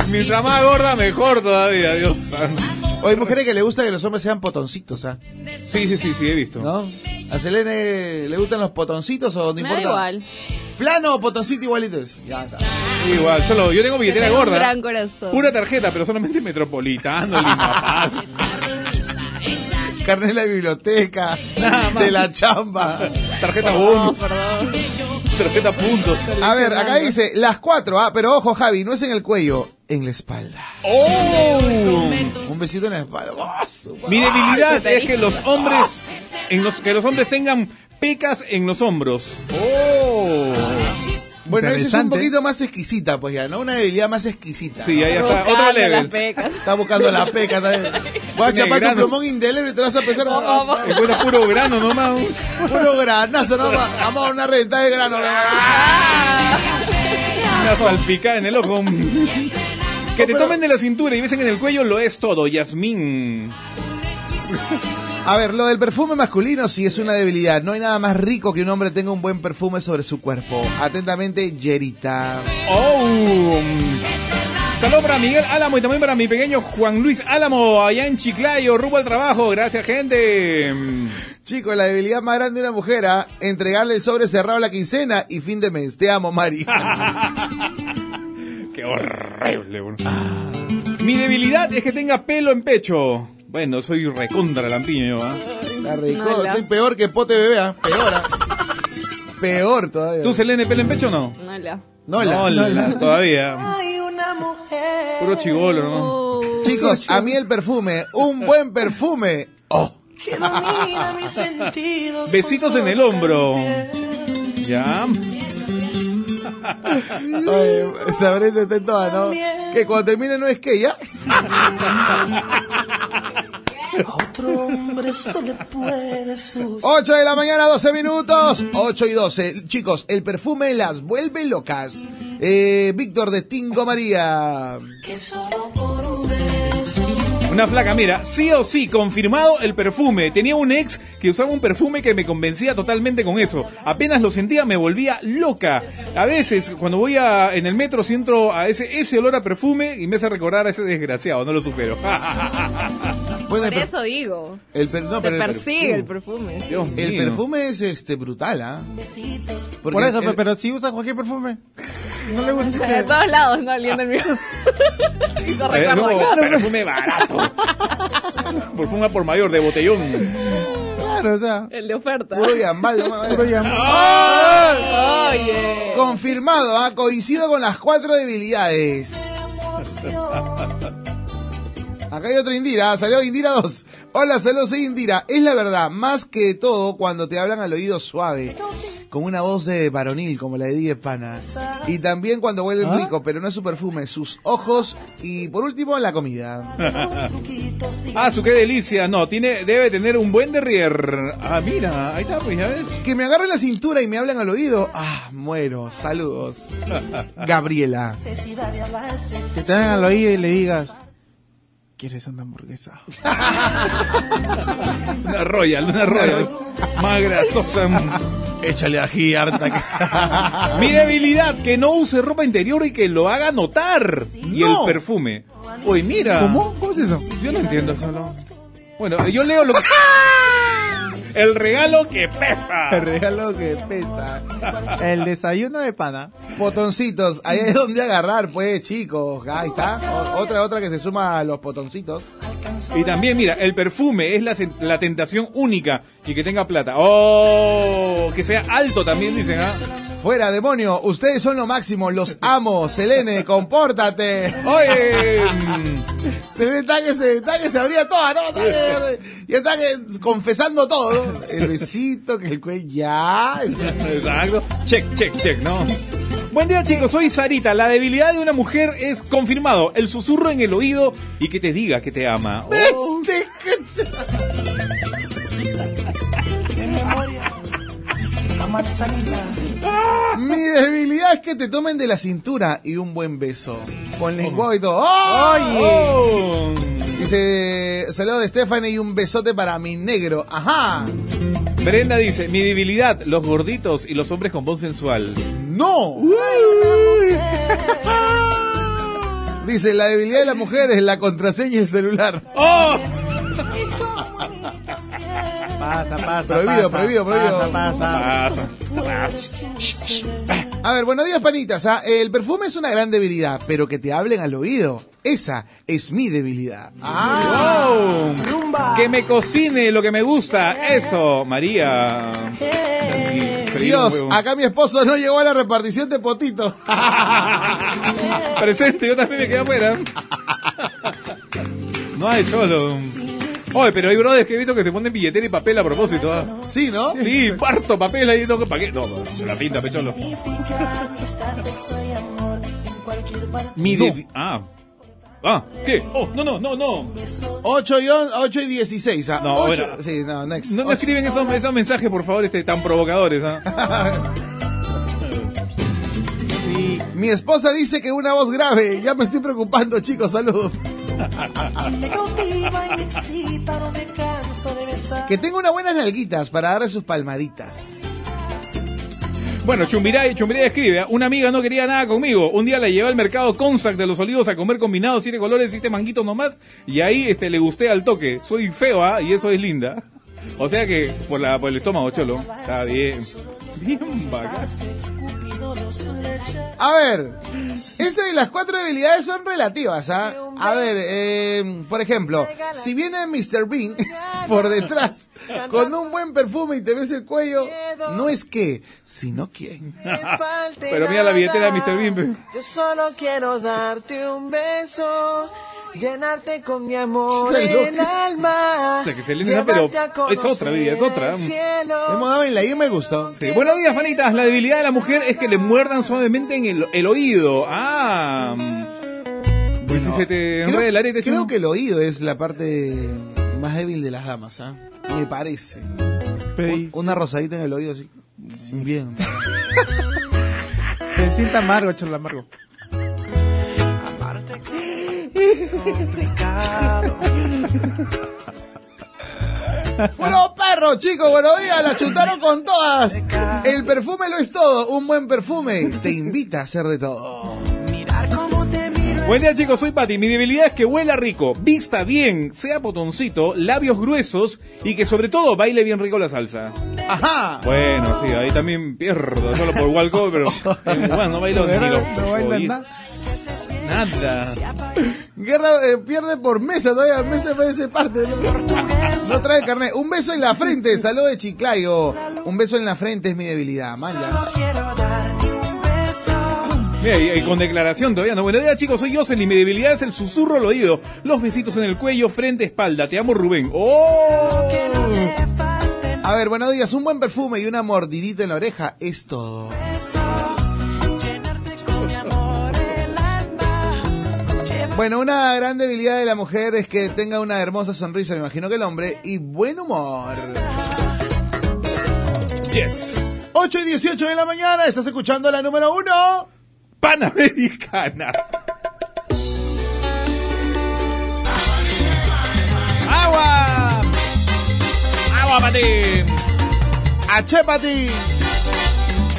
Mientras más gorda, mejor todavía, Dios santo. O hay mujeres que le gusta que los hombres sean potoncitos, ¿ah? Sí, sí, sí, sí, he visto. ¿No? ¿A Selene le gustan los potoncitos o no Me importa? da igual. Plano o Potosí igualitos. Ya está. Igual, yo, lo- yo tengo billetera Tengo un gorda. gran corazón. Pura tarjeta, pero solamente metropolitano, Lima Paz. Carnet de la biblioteca, de la chamba. Oh, Tarjeta bonus. Tarjeta puntos. A ver, acá dice las cuatro, ah, pero ojo, Javi, no es en el cuello, en la espalda. ¡Oh! Un besito en la espalda. ¡Oh, su- Mi debilidad Ay, es que los hombres en los que los hombres tengan pecas en los hombros. Oh. Bueno, esa es un poquito más exquisita, pues ya, ¿no? Una debilidad más exquisita. Sí, ahí está, Buscando otro level. las pecas. Está buscando la peca también. Voy a chapar tu Negrano. plumón indeleble y te vas a empezar a... Encuentra puro grano nomás. Puro granazo nomás. Vamos a una renta de grano. Una salpicada en el ojo. Que te tomen de la cintura y besen en el cuello lo es todo, Yasmín. A ver, lo del perfume masculino sí es una debilidad. No hay nada más rico que un hombre tenga un buen perfume sobre su cuerpo. Atentamente, Yerita. Oh. Saludos para Miguel Álamo y también para mi pequeño Juan Luis Álamo, allá en Chiclayo, rumbo al trabajo. Gracias, gente. Chicos, la debilidad más grande de una mujer, ¿ah? entregarle el sobre cerrado a la quincena y fin de mes. Te amo, Mari. Qué horrible, bro. Mi debilidad es que tenga pelo en pecho. Bueno, soy recontra lampiño, yo, ¿ah? La rico- Soy peor que pote bebé, ¿ah? peor. ¿ah? Peor todavía. ¿Tú, Selene, pelo en pecho o no? No la. No la. No la, todavía. Hay una mujer. Puro chivolo, ¿no? Chicos, a mí el perfume, un buen perfume. Oh. Besitos en el hombro. Ya. Oye, Sabrina está en todas, este ¿ah, ¿no? Que cuando termine no es que ya. Otro hombre se le puede sus 8 de la mañana, 12 minutos. 8 y 12. Chicos, el perfume las vuelve locas. Eh, Víctor de Tingo María. que solo por un beso. Una flaca, mira, sí o sí, confirmado el perfume. Tenía un ex que usaba un perfume que me convencía totalmente con eso. Apenas lo sentía me volvía loca. A veces, cuando voy a, en el metro, siento a ese, ese olor a perfume y me hace recordar a ese desgraciado, no lo supero. Bueno, Por el per- eso digo. el per- no, Te pero el persigue el perfume. El perfume es este brutal, ¿ah? Porque Por eso, el- pues, pero si usa cualquier perfume. No le gusta. De todos lados, no oliendo el mismo. Y no Eh, Es recuerdo. como Claro, perfume barato. perfume por mayor, de botellón. Claro, o sea. El de oferta. Puro yambal, ¿no? ¡Ah! Oye. Confirmado, ¿ah? coincido con las cuatro debilidades. Acá hay otra Indira, ¿ah? salió Indira 2. Hola, saludos, soy Indira. Es la verdad, más que todo cuando te hablan al oído suave, con una voz de varonil como la de Diez Pana. Y también cuando huelen ¿Ah? rico, pero no es su perfume, sus ojos y por último la comida. Ah, su qué delicia. No, tiene, debe tener un buen derrier. Ah, mira, ahí está, pues ya ves. Que me agarren la cintura y me hablan al oído. Ah, muero. Saludos. Gabriela. Necesidad de hablarse. Que te hagan al oído y le digas, ¿quieres una hamburguesa? Una royal, una royal. Más grasosa. Échale ají, harta que está. Mi debilidad, que no use ropa interior y que lo haga notar. Y el No. perfume. Uy, mira. ¿Cómo? ¿Cómo es eso? Yo no entiendo eso, ¿no? Bueno, yo leo lo que... El regalo que pesa. El regalo que pesa. El desayuno de pana. Potoncitos, ahí es donde agarrar, pues, chicos. Ahí está. O- otra, otra que se suma a los potoncitos. Y también, mira, el perfume es la, sen- la tentación única y que tenga plata. ¡Oh! Que sea alto también, dicen, ¿ah? Fuera, demonio. Ustedes son lo máximo. Los amo. Selene, compórtate. Oye. Selene está que se, está que se abría toda, ¿no? Está que- y está que confesando todo. ¿no? El besito, que el cuello. Ya. Exacto. Check, check, check, ¿no? Buen día, chicos. Soy Sarita. La debilidad de una mujer es confirmado. El susurro en el oído y que te diga que te ama. Oh, Este, que se- La manzanita. Mi debilidad es que te tomen de la cintura y un buen beso. Con lengua y todo. ¡Oh! Dice, saludo de Stephanie y un besote para mi negro. Ajá. Brenda dice, mi debilidad, los gorditos y los hombres con voz sensual. No. Dice, la debilidad de las mujeres es la contraseña y el celular. Oh. Pasa, pasa. Prohibido, pasa, prohibido, prohibido. Pasa, pasa. Pasa. A ver, buenos días, panitas. ¿ah? El perfume es una gran debilidad, pero que te hablen al oído. Esa es mi debilidad. Ah. ¡Wow! Que me cocine lo que me gusta. Eso, María. Dios, acá mi esposo no llegó a la repartición de potito. Presente, yo también me quedé afuera. No hay solo. Oye, pero hay brothers que he visto que se ponen billetera y papel a propósito. ¿ah? Sí, ¿no? Sí, parto papel ahí. No, ¿para qué? No, se la pinta, pecholo. Significa amistad, sexo y amor en cualquier parte. Mi debi- Ah. Ah, ¿qué? Oh, no, no, no, no. 8 y, on- 8 y 16. ¿ah? No, Ocho- bueno. Sí, no, next. No, no Ocho. escriben esos, esos mensajes, por favor, este, tan provocadores. ¿ah? Mi esposa dice que una voz grave. Ya me estoy preocupando, chicos. Saludos. Me cautiva y me excita, no me canso de besar. Que tenga unas buenas nalguitas para darle sus palmaditas. Bueno, Chumbiray, Chumbiray escribe, ¿ah? una amiga no quería nada conmigo. Un día la llevé al mercado Consac de los Olivos a comer combinados, siete colores, siete manguitos nomás, y ahí este le gusté al toque. Soy feo, ¿ah? y eso es linda. O sea que por la por el estómago, cholo. Está bien. Bien bacán. Cupido los lecha. A ver, esa de las cuatro debilidades son relativas, ¿ah? A ver, eh, por ejemplo, si viene Mr. Bean por detrás con un buen perfume y te ves el cuello, no es que, sino quién. Pero mira la billetera de Mr. Bean. pe. Yo solo quiero darte un beso, llenarte con mi amor Está loco. el alma. O sea, que se le da, pero llevarte a es otra, vida, es otra. conocer el cielo. Hemos dado en la I me gustó. Sí, Buenos días, manitas. La debilidad de la mujer es que le muerdan suavemente en el, el oído. Ah. Pues si se te enreda el arete, creo chulo. que el oído es la parte más débil de las damas, ¿ah? Me parece. Un- Una rosadita en el oído, así. Bien. Se sienta amargo, cholo amargo. Bueno, perro, chicos, buenos días, la chutaron con todas. El perfume lo es todo, un buen perfume te invita a hacer de todo. Buen día chicos, soy Pati. Mi debilidad es que huela rico, vista bien, sea potoncito, labios gruesos y que sobre todo baile bien rico la salsa. Ajá. Bueno, sí, ahí también pierdo, solo por Walco, pero en Juan no bailo ni lo- No baila jodido. nada. nada. Guerra eh, pierde por mesa todavía, mesa parece parte. ¿no? No trae carnet. Un beso en la frente, saludo de Chiclayo. Un beso en la frente es mi debilidad, mala. Mira, y, y con declaración todavía no. Buenos días chicos, soy Yosel y mi debilidad es el susurro al oído, los besitos en el cuello, frente, espalda. Te amo Rubén. ¡Oh! A ver, buenos días, un buen perfume y una mordidita en la oreja es todo. Bueno, una gran debilidad de la mujer es que tenga una hermosa sonrisa, me imagino que el hombre, y buen humor. Yes. 8 y 18 de la mañana, estás escuchando la número 1. Panamericana. ¡Agua! ¡Agua, Pati! Achepati.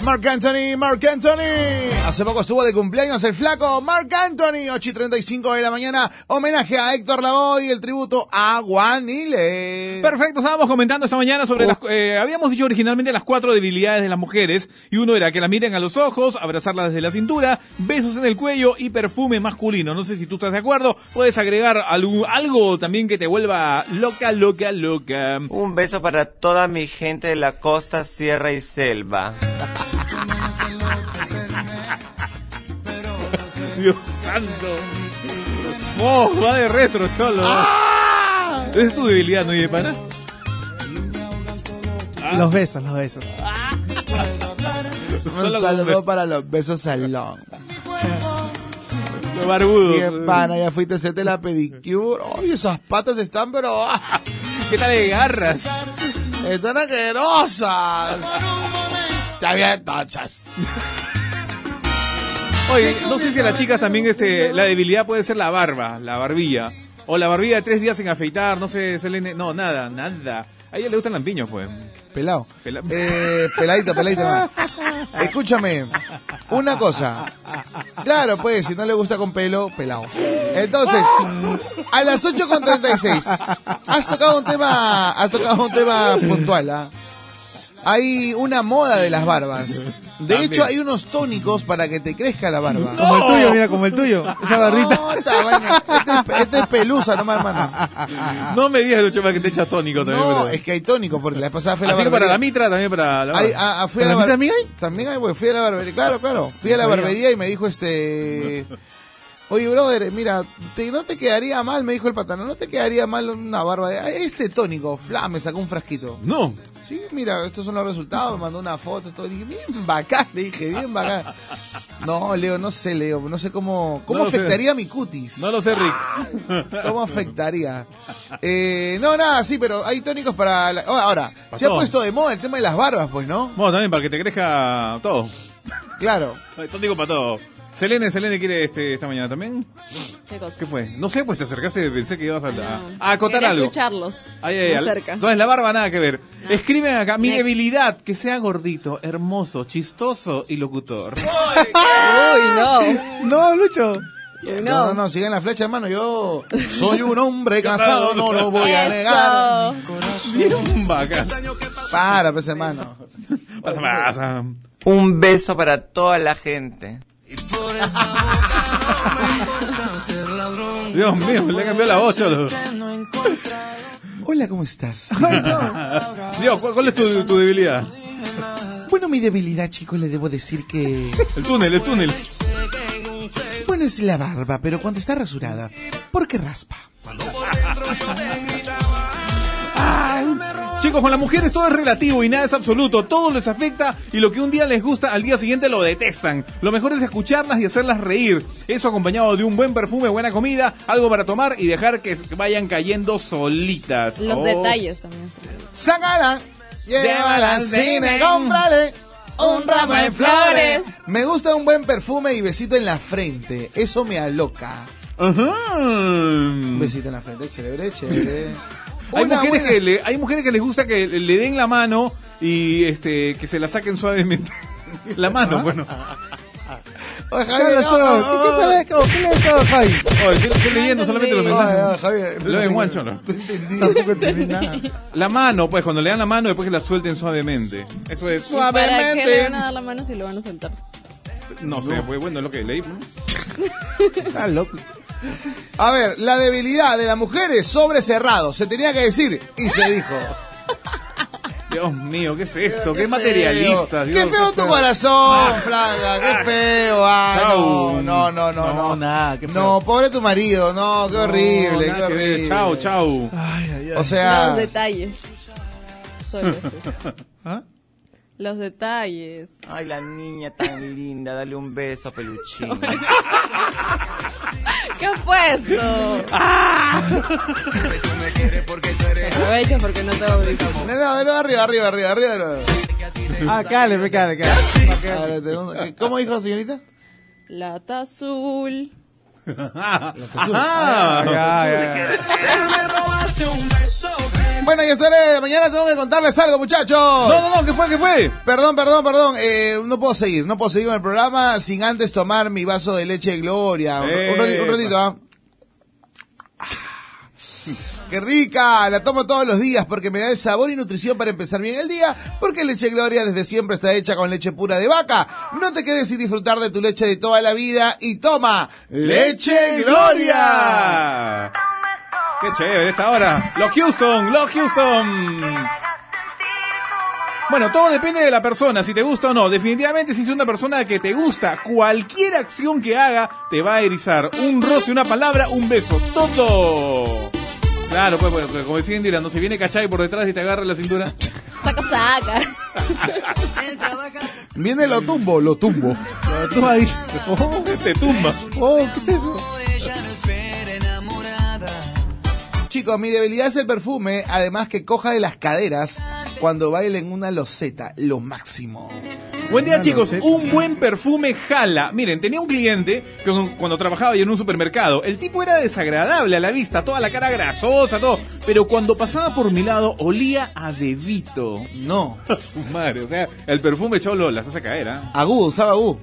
Mark Anthony, Mark Anthony. Hace poco estuvo de cumpleaños el flaco Mark Anthony. 8 y 35 de la mañana. Homenaje a Héctor Lavoe y el tributo a Guanile. Perfecto, estábamos comentando esta mañana sobre las... eh, habíamos dicho originalmente las cuatro debilidades de las mujeres, y uno era que la miren a los ojos, abrazarla desde la cintura, besos en el cuello y perfume masculino. No sé si tú estás de acuerdo, puedes agregar algún, algo también que te vuelva loca, loca, loca. Un beso para toda mi gente de la costa, sierra y selva. Dios santo. Oh, va de retro, cholo. Ah. Esa es tu debilidad, ¿no, Yepana? Los besos, los besos. Ah. Ah. Un saludo para los besos salón. Los barbudos. Bien, pana, ya fuiste a hacerte la pedicure. Ay, esas patas están, pero. ah, ¿Qué tal de garras? Están asquerosas. Está bien, tachas. Oye, no sé si a las chicas también este, la debilidad puede ser la barba, la barbilla. O la barbilla de tres días sin afeitar, no sé, Selene. No, nada, nada. A ella le gustan lampiños, pues. Pelado. Pela- Eh, peladito, peladito. no. Escúchame, una cosa. Claro, pues, si no le gusta con pelo, pelado. Entonces, a las 8.36, has tocado un tema, has tocado un tema puntual, ¿ah? Hay una moda de las barbas. De También. hecho, hay unos tónicos para que te crezca la barba. Como el tuyo, mira, como el tuyo. Esa barrita. No, esta vaina, este es pe- este es pelusa nomás, hermano. No me digas, Lucho, más que te echas tónico también. Ah. No, pero- es que hay tónicos, porque la vez pasada fue la Así que barbería. para la mitra, también para la barba. Ahí, ah, ah, fui a la ¿Para bar- la ¿También hay? güey, fui a la barbería. Claro, claro. Fui a la barbería y me dijo este... Oye, brother, mira, te- no te quedaría mal, me dijo el patano, no te quedaría mal una barba de... ah, Este tónico, fla, me sacó un frasquito. No. Sí, mira, estos son los resultados, me mandó una foto, todo, y dije, bien bacán, le dije, bien bacán. No, Leo, no sé, Leo, no sé cómo... ¿Cómo No lo sé. afectaría mi cutis? No lo sé, Rick. Ah. ¿Cómo afectaría? Eh, no, nada, sí, pero hay tónicos para... la- oh, Ahora, Para se ha todo. puesto de moda el tema de las barbas, pues, ¿no? Bueno, también para que te crezca todo. Claro. Tónico para todo. Selene, Selene quiere este, esta mañana también. ¿Qué cosa? ¿Qué fue? No sé, pues te acercaste, pensé que ibas a, a- a acotar eh, Ah, Quería algo. escucharlos. Ay, ay, más ay. cerca. Ah. Entonces la barba nada que ver. Escriben acá, mi Next. debilidad, que sea gordito, hermoso, chistoso y locutor. Uy, no. No, Lucho. No, no, no, sigan la flecha, hermano. Yo soy un hombre casado, no lo voy a Eso. negar. Bien bacán. Para, pues, hermano. Pasa, pasa. Un beso para toda la gente. Por esa boca no me importa ser ladrón. Dios mío, le cambió la voz, cholo. Hola, ¿cómo estás? Dios, ¿cuál, cuál es tu, tu debilidad? Bueno, mi debilidad, chicos, le debo decir que... El túnel, el túnel. Bueno, es la barba, pero cuando está rasurada, porque raspa. Ay. Chicos, con las mujeres todo es relativo y nada es absoluto. Todo les afecta y lo que un día les gusta, al día siguiente lo detestan. Lo mejor es escucharlas y hacerlas reír. Eso acompañado de un buen perfume, buena comida, algo para tomar y dejar que s- vayan cayendo solitas. Los Oh. detalles también son. Sácala, llévala al cine, cómprale un ramo de flores. Me gusta un buen perfume y besito en la frente. Eso me aloca. Un besito en la frente, chévere, chévere. Hay Pues, Una mujeres, buena- que le, hay mujeres que les gusta que le- le den la mano y este que se la saquen suavemente. La mano, bueno. Oye, Claro, Javier, no, solo- no, no, ¿qué- qué tal es? ¿Cómo- qué le has dado, Javi? Oye, estoy, estoy Oh, leyendo solamente los mensajes. Ay, ay, Javier. Lo ven guancho, ¿no? Tampoco entendí nada. La mano, pues, cuando le dan la mano, después que la suelten suavemente. Eso es ¿Y ¿Para qué le van a suavemente. dar la mano si lo van a soltar? No sé, fue bueno es lo que leí. ¿no? A ver, la debilidad de las mujeres sobre cerrado. Se tenía que decir y se dijo. Dios mío, ¿qué es esto? ¿Qué, feo. materialista? Qué Dios, Ah. feo tu corazón, flaca. Qué feo. Ah, Chau. no, no, no, no. No, nada. No, pobre tu marido. No, qué horrible. nada qué que ver. horrible. Chau, chau. O sea, Los detalles. Son esos. ¿Ah? Los detalles. Ay, la niña tan linda, dale un beso, peluchín. ¿Qué fue esto? Aprovecha porque no te voy no, no, no, arriba, arriba, arriba, arriba. arriba. Ah, cale, pe, cale, cale. A ver, te pregunto, ¿qué- ¿Cómo dijo, señorita? Lata azul. Ah. Ajá. Bueno, ya estaré de la mañana, tengo que contarles algo, muchachos. No, no, no, ¿qué fue, qué fue? Perdón, perdón, perdón. Eh, no puedo seguir, no puedo seguir con el programa sin antes tomar mi vaso de leche de gloria. Un- un, ratito, un ratito, ¿ah? ¡Qué rica! La tomo todos los días porque me da el sabor y nutrición para empezar bien el día. Porque Leche Gloria desde siempre está hecha con leche pura de vaca. No te quedes sin disfrutar de tu leche de toda la vida y toma Leche Gloria. Gloria! ¡Qué chévere esta hora! ¡Los Houston! ¡Los Houston! Bueno, todo depende de la persona, si te gusta o no. Definitivamente, si es una persona que te gusta, cualquier acción que haga te va a erizar. Un roce, una palabra, un beso. ¡Todo! Claro, pues, pues, pues, como decía Indira, no se viene cachai por detrás y te agarra la cintura. Saca, saca. Viene lo tumbo, lo tumbo. Lo tumbo ahí. Oh, Te tumba. oh, ¿qué es eso? Chicos, mi debilidad es el perfume, además que coja de las caderas cuando bailen una loseta, lo máximo. Buen día chicos, un buen perfume jala. Miren, tenía un cliente que cu- cuando trabajaba yo en un supermercado, el tipo era desagradable a la vista, toda la cara grasosa, todo, pero cuando pasaba por mi lado olía a bebito. No. A su madre, o sea, el perfume cholo las hace caer, ¿ah? Agú, usaba Agú.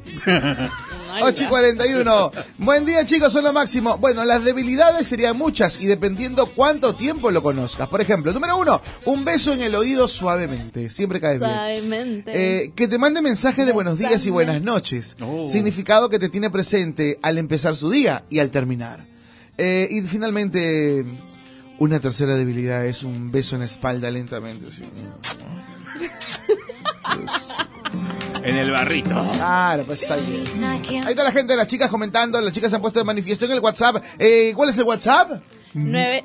Ay, 8 y 41. Buen día, chicos, son lo máximo. Bueno, las debilidades serían muchas y dependiendo cuánto tiempo lo conozcas. Por ejemplo, número uno, un beso en el oído suavemente. Siempre cae bien. Suavemente. Eh, que te mande mensajes de buenos días y buenas noches. Significado que te tiene presente al empezar su día y al terminar. Eh, y finalmente, una tercera debilidad es un beso en la espalda lentamente. así. En el barrito. Claro, pues ahí es. Ahí está la gente, las chicas comentando, las chicas se han puesto de manifiesto en el WhatsApp. Eh, ¿Cuál es el WhatsApp? Nueve-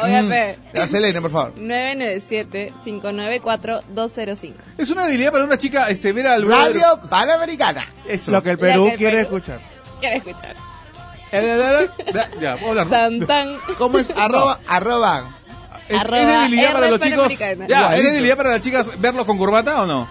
Oye, pe. Mm. Ya, Selene, por favor. 997-594-205. Es una habilidad para una chica este, ver al Radio Panamericana. Eso. Lo que el La Perú que el quiere Perú. escuchar. ¿Quieres escuchar? Ya, puedo hablar. ¿no? Tan, tan. ¿Cómo es? Arroba, arroba. ¿Es, Arroba es debilidad para R los chicos? Panamericana. Ya, ¿Es Igualito. debilidad para las chicas verlos con corbata o no?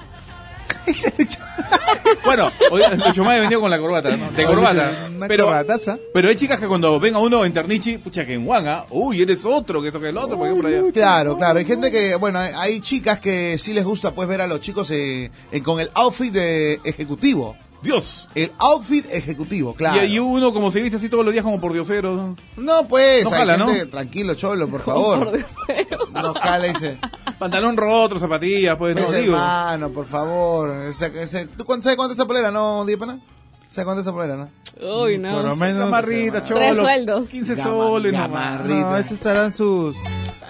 bueno, hoy Chumay venía con la corbata, ¿no? De corbata. Una Pero, corbataza. pero hay chicas que cuando venga uno en Ternichi, pucha, que en Huanga, uy, eres otro, que esto que el otro, por ejemplo, allá. Claro, claro. Hay gente que, bueno, hay- hay chicas que sí les gusta pues ver a los chicos eh, eh, con el outfit de ejecutivo. Dios. El outfit ejecutivo, claro. Y, y uno como se viste así todos los días como por diosero. ¿no? No, pues, No Oh, hay jala, gente- ¿no? tranquilo, cholo, por favor. No jala ese. Pantalón roto, zapatillas, pues, no, Pues, digo. hermano, por favor. Ese- ese- ¿Tú cuán- sabes cuánto es esa polera, no, Diepana? ¿Sabes cuánto es esa polera, no? Uy, no. Por lo menos- Gamarrita, cholo. Tres sueldos. 15 Gama- soles, gamarrita. nomás. No, pues, estos estarán sus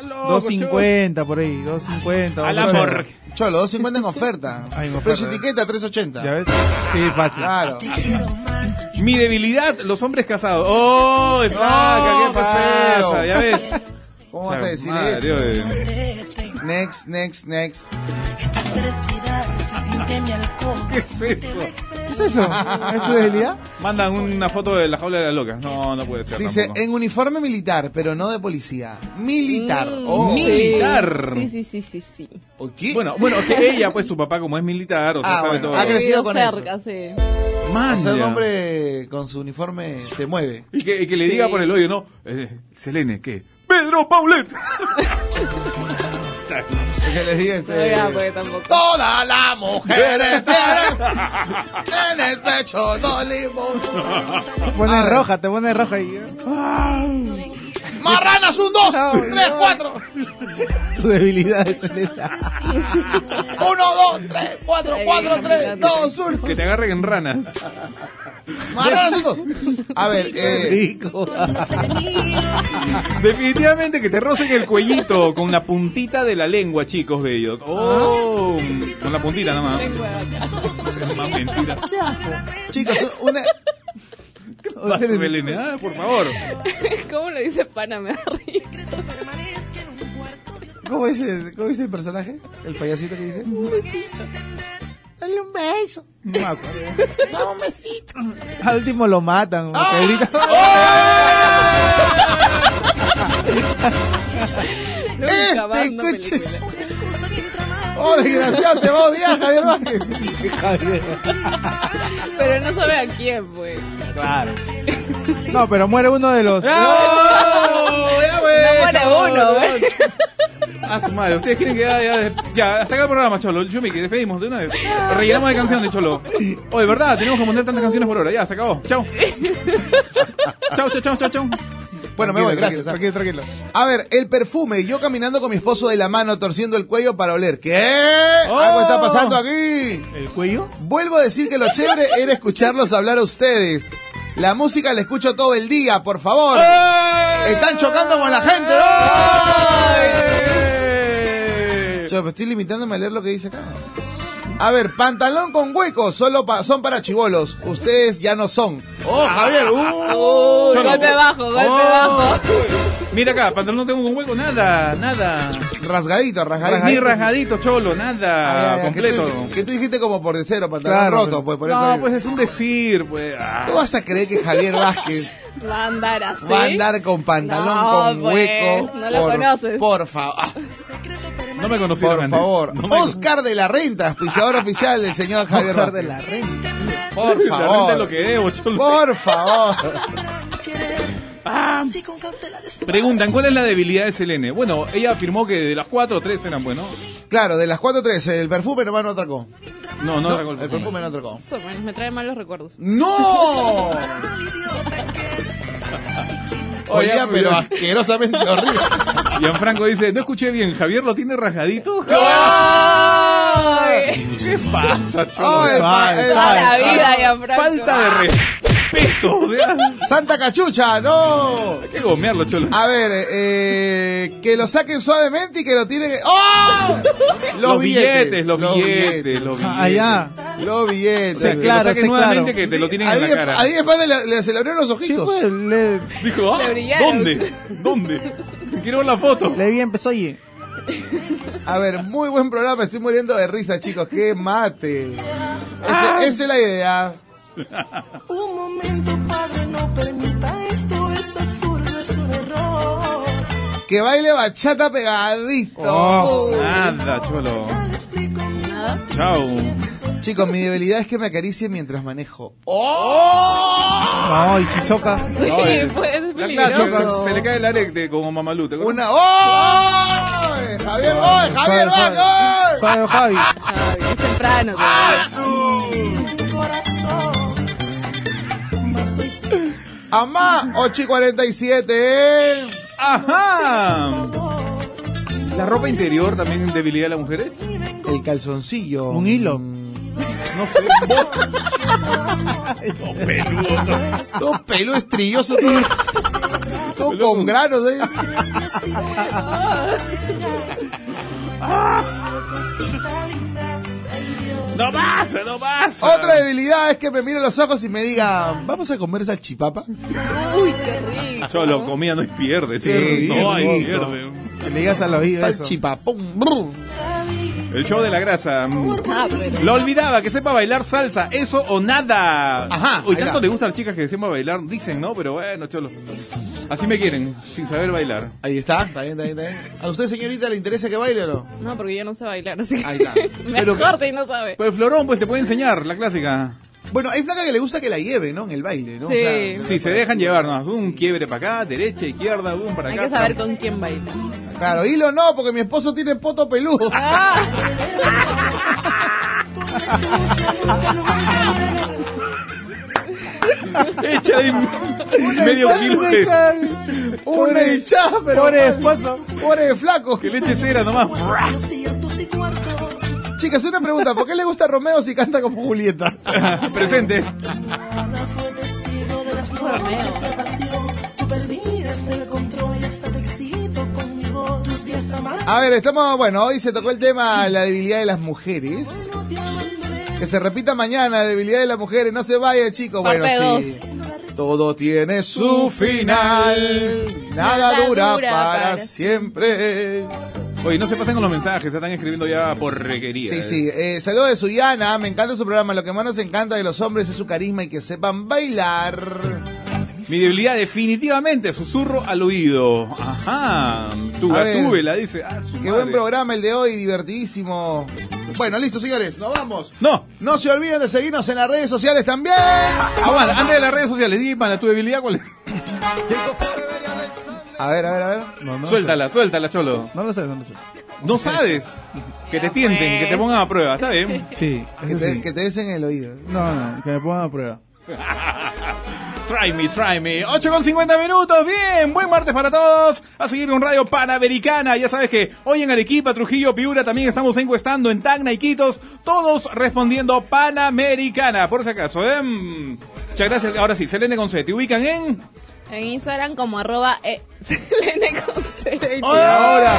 loco, 250 por ahí, 250. A la 280. por- Cholo, 250 en oferta. Ay, en oferta, Precio ¿eh? etiqueta, 380. ¿Ya ves? Sí, fácil. Claro. Ah, Mi debilidad, los hombres casados. ¡Oh, es flaca! No, ¿Qué pasa? feo. ¿Ya ves? ¿Cómo vas a decir Madre, eso? Dios, eh. Dios. Next, next, next. ¿Qué es eso? ¿Qué es eso? ¿Es su debilidad? Mandan una foto de la jaula de las locas. No, no puede ser. Dice, tampoco. en uniforme militar, pero no de policía. Militar. Mm, Oh. sí. Militar. Sí, sí, sí, sí, sí. Bueno, bueno, que ella, pues su papá, como es militar, o sea, Ah, sabe bueno, todo. ha crecido con eso. Cerca, sí. O sea, un ya. hombre con su uniforme se mueve. Y que, y que le diga Sí. por el hoyo, ¿no? Eh, Selene, ¿qué? ¡Pedro Paulet! Que le diga No, ya, este... pues tampoco. Todas las mujeres tienen en el pecho dos limones. Te pone roja, te pone roja ¿eh? y... Ah. Marranas, un dos, tres, cuatro. Tu debilidad es esa. Uno, dos, tres, cuatro, Ahí, cuatro, tres, caminando. dos, uno. que te agarren en ranas. Marranas, un dos. A ver, eh, Definitivamente que te rocen el cuellito con la puntita de la lengua, chicos bellos. ¡Oh! Ah. Con la puntita nomás. Más mentira. chicos, una... Vas, Selene, ah, por favor. ¿Cómo lo dice Pana? Me da risa. ¿Cómo dice, ¿Cómo dice el personaje? ¿El payasito que dice? Dale un beso. No me acuerdo. Dame un besito. Al último lo matan. ¿no? Que grita. Nunca va Este una coches. película. Oh, desgraciado, te va a odiar, Javier Vázquez. Pero no sabe a quién, pues. Claro. No, pero muere uno de los... ¡Ah! ¡Bravo! ¡Ya, Eh, güey! No pone chabón, uno, pues. chabón. A su madre, ustedes creen que ya, ya, ya, hasta acá el programa, Cholo. Yumi, que despedimos de una vez. Rellenamos de canciones, Cholo. Oye, ¿verdad? Tenemos que poner tantas canciones por hora. Ya, se acabó. Chao. Chao, chao, chao, chao, chao. Bueno, me voy, gracias. Tranquilo, tranquilo. A ver, el perfume. Yo caminando con mi esposo de la mano, torciendo el cuello para oler. ¿Qué? Algo ¡Oh! está pasando aquí. ¿El cuello? Vuelvo a decir que lo chévere era escucharlos hablar a ustedes. La música la escucho todo el día, por favor. ¡Eh! Están chocando con la gente. ¡Eh! O sea, pues estoy limitándome a leer lo que dice acá. A ver, pantalón con huecos, solo pa- son para chivolos. Ustedes ya no son. Oh, Javier. uh. Uy, Cholo. golpe bajo, golpe Oh. bajo. Mira acá, pantalón no tengo con hueco, nada, nada. Rasgadito, rasgadito. Ni rajadito, Cholo, nada, Ah, ya, ya, que completo. tú- Que tú, dijiste como por de cero, pantalón Claro, roto, pero- pues por eso. No, pues es un decir, pues. ah. ¿Tú vas a creer que Javier Vázquez Va a andar así. va a andar con pantalón No, con pues, hueco? no lo por, conoces. Por favor. No me conocí, Por realmente. favor. No me conocí. Oscar de la Renta, auspiciador oficial del señor Javier Oscar de Vázquez. la red. Por La renta es lo favor. que debo, Cholo. Por favor. Preguntan, ¿cuál es la debilidad de Selene? Bueno, ella afirmó que de las 4 o 3 eran, bueno. Claro, de las 4 tres, el perfume nomás no atracó. No, no, el perfume no atracó. Eso, hermanos, me trae malos recuerdos. ¡No! Olía, pero asquerosamente horrible. Oh, Gianfranco dice, no escuché bien, Javier lo tiene rasgadito. ¿Qué pasa, cholo? Ay, eh, Ay, el- ay, la ay. vida, Gianfranco. Falta de respeto. o sea. ¡Santa Cachucha! ¡No! Hay que gomearlo, cholo. A ver, eh, que lo saquen suavemente y que lo tiren. ¡Oh! Los, billetes, Ah, los billetes, los billetes. Ah, Allá. Los billetes. Se claro, aclara, se nuevamente que te lo tienen Ahí en la cara. A Diego Padre le, le- se le abrieron los ojitos. pues, Dijo, ah, Le brillaron. ¿dónde? ¿Dónde? Quiero ver la foto. Le vi empezó oye. A ver, muy buen programa. Estoy muriendo de risa, chicos. ¡Qué mate! Ese- Esa es la idea. Un momento, padre, no permita esto, es absurdo, es un error. Que baile bachata pegadito. Oh, nada, cholo. Ah. Chao. Chicos, mi debilidad es que me acaricie mientras manejo. ¡Oh! No, y si choca. No, es- pues, eh, la peligroso. clase, se le cae el arete de- como mamalú. ¿te acuerdas? Una. ¡Oh! Javier, ¡oh! Javier, Javi, ¡oh! Javi, Javi. Ah, Es temprano. Ah. Amá, 8 y ¿eh? 47. ¡Ajá! ¿La ropa interior también debilidad de las mujeres? El calzoncillo. Un hilo. No sé. Todo peludo. Todo peludo, estrilloso. Todo, todo con granos. ¿eh? ¡No más! ¡No más! Otra debilidad es que me mire a los ojos y me diga, ¿vamos a comer salchipapa? Uy, qué rico. Solo comida no hay pierde, tío. Sí, no hay rico. pierde. Que le digas al oído eso. Salchipapón. El show de la grasa. Lo olvidaba, que sepa bailar salsa, eso o nada. Ajá, Hoy ahí tanto va. le gustan las chicas que sepan bailar, dicen, ¿no? Pero bueno, cholo. Así me quieren, sin saber bailar. Ahí está, está bien, está bien, está bien. ¿A usted, señorita, le interesa que baile o no? No, porque yo no sé bailar, así Ahí que está. me Pero- corta y no sabe. Pues Florón, pues te puede enseñar, la clásica. Bueno, hay flaca que le gusta que la lleve, ¿no? En el baile, ¿no? Sí. Sí, se dejan llevar, ¿no? Un quiebre para acá, derecha, izquierda, boom, para Hay acá. que saber con quién baila. Claro, hilo no, porque mi esposo tiene poto peludo. Echa ahí medio hinchada, kilo una de- hinchada, Una hinchada, pero. Pobre mal. esposo. Pobre flaco. Que le eche cera nomás. Chicas, una pregunta. ¿Por qué le gusta Romeo si canta como Julieta? Presente. A ver, estamos. Bueno, hoy se tocó el tema la debilidad de las mujeres. Que se repita mañana, debilidad de las mujeres. No se vaya, chicos. Bueno, Parte sí. Todo tiene su final. Nada dura para siempre. Oye, no se pasen con los mensajes, se están escribiendo ya porrequería. Sí, sí. Eh, saludos de Suyana. Me encanta su programa. Lo que más nos encanta de los hombres es su carisma y que sepan bailar. Mi debilidad definitivamente, susurro al oído. Ajá. Tu A ver. gatúbela, dice. Ah, su Qué madre. buen programa el de hoy, divertidísimo. Bueno, listo, señores, nos vamos. No. No se olviden de seguirnos en las redes sociales también. Aguanta, antes de las redes sociales, dime para tu debilidad cuál es. A ver, a ver, a ver. suéltala, suéltala, cholo. No lo sé, no lo sé. No sabes. Que te tienten, que te pongan a prueba, está bien. Sí, Que eso te, sí. que te des en el oído. No, no, que me pongan a prueba. Try me, try me. 8 con 50 minutos. Bien, buen martes para todos. A seguir con Radio Panamericana. Ya sabes que hoy en Arequipa, Trujillo, Piura también estamos encuestando en Tacna y Quitos. Todos respondiendo Panamericana. Por si acaso, ¿eh? Muchas gracias. Ahora sí, Selene Conce, te ubican en. En Instagram como arroba eh, Selene con C. Y ahora,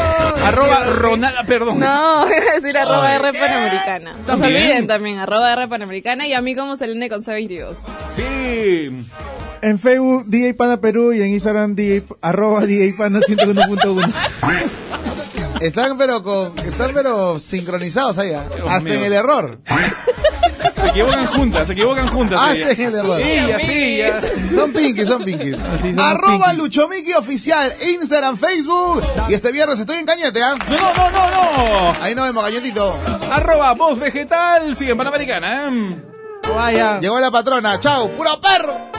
arroba Ronaldo. Perdón. Oh. No, voy a decir arroba Ay, R ¿qué? Panamericana. No se También. olviden también, arroba R Panamericana y a mí como Selene con C22. Sí. En Facebook, DJ Pana Perú y en Instagram, DJ, arroba DJ Pana 101.1. Están pero con, están pero sincronizados allá. Hasta mío. en el error. Se equivocan juntas, se equivocan juntas. Hasta en el error. Ella, sí, ya. Son pinkies, son pinkies. somos Arroba Luchomiki oficial, Instagram, Facebook. Y este viernes estoy en Cañete, ¿ah? No, no, no, no. Ahí nos vemos, Cañetito. Arroba voz vegetal. Sigue en Panamericana, ¿eh? Ah, Llegó la patrona. Chao, puro perro.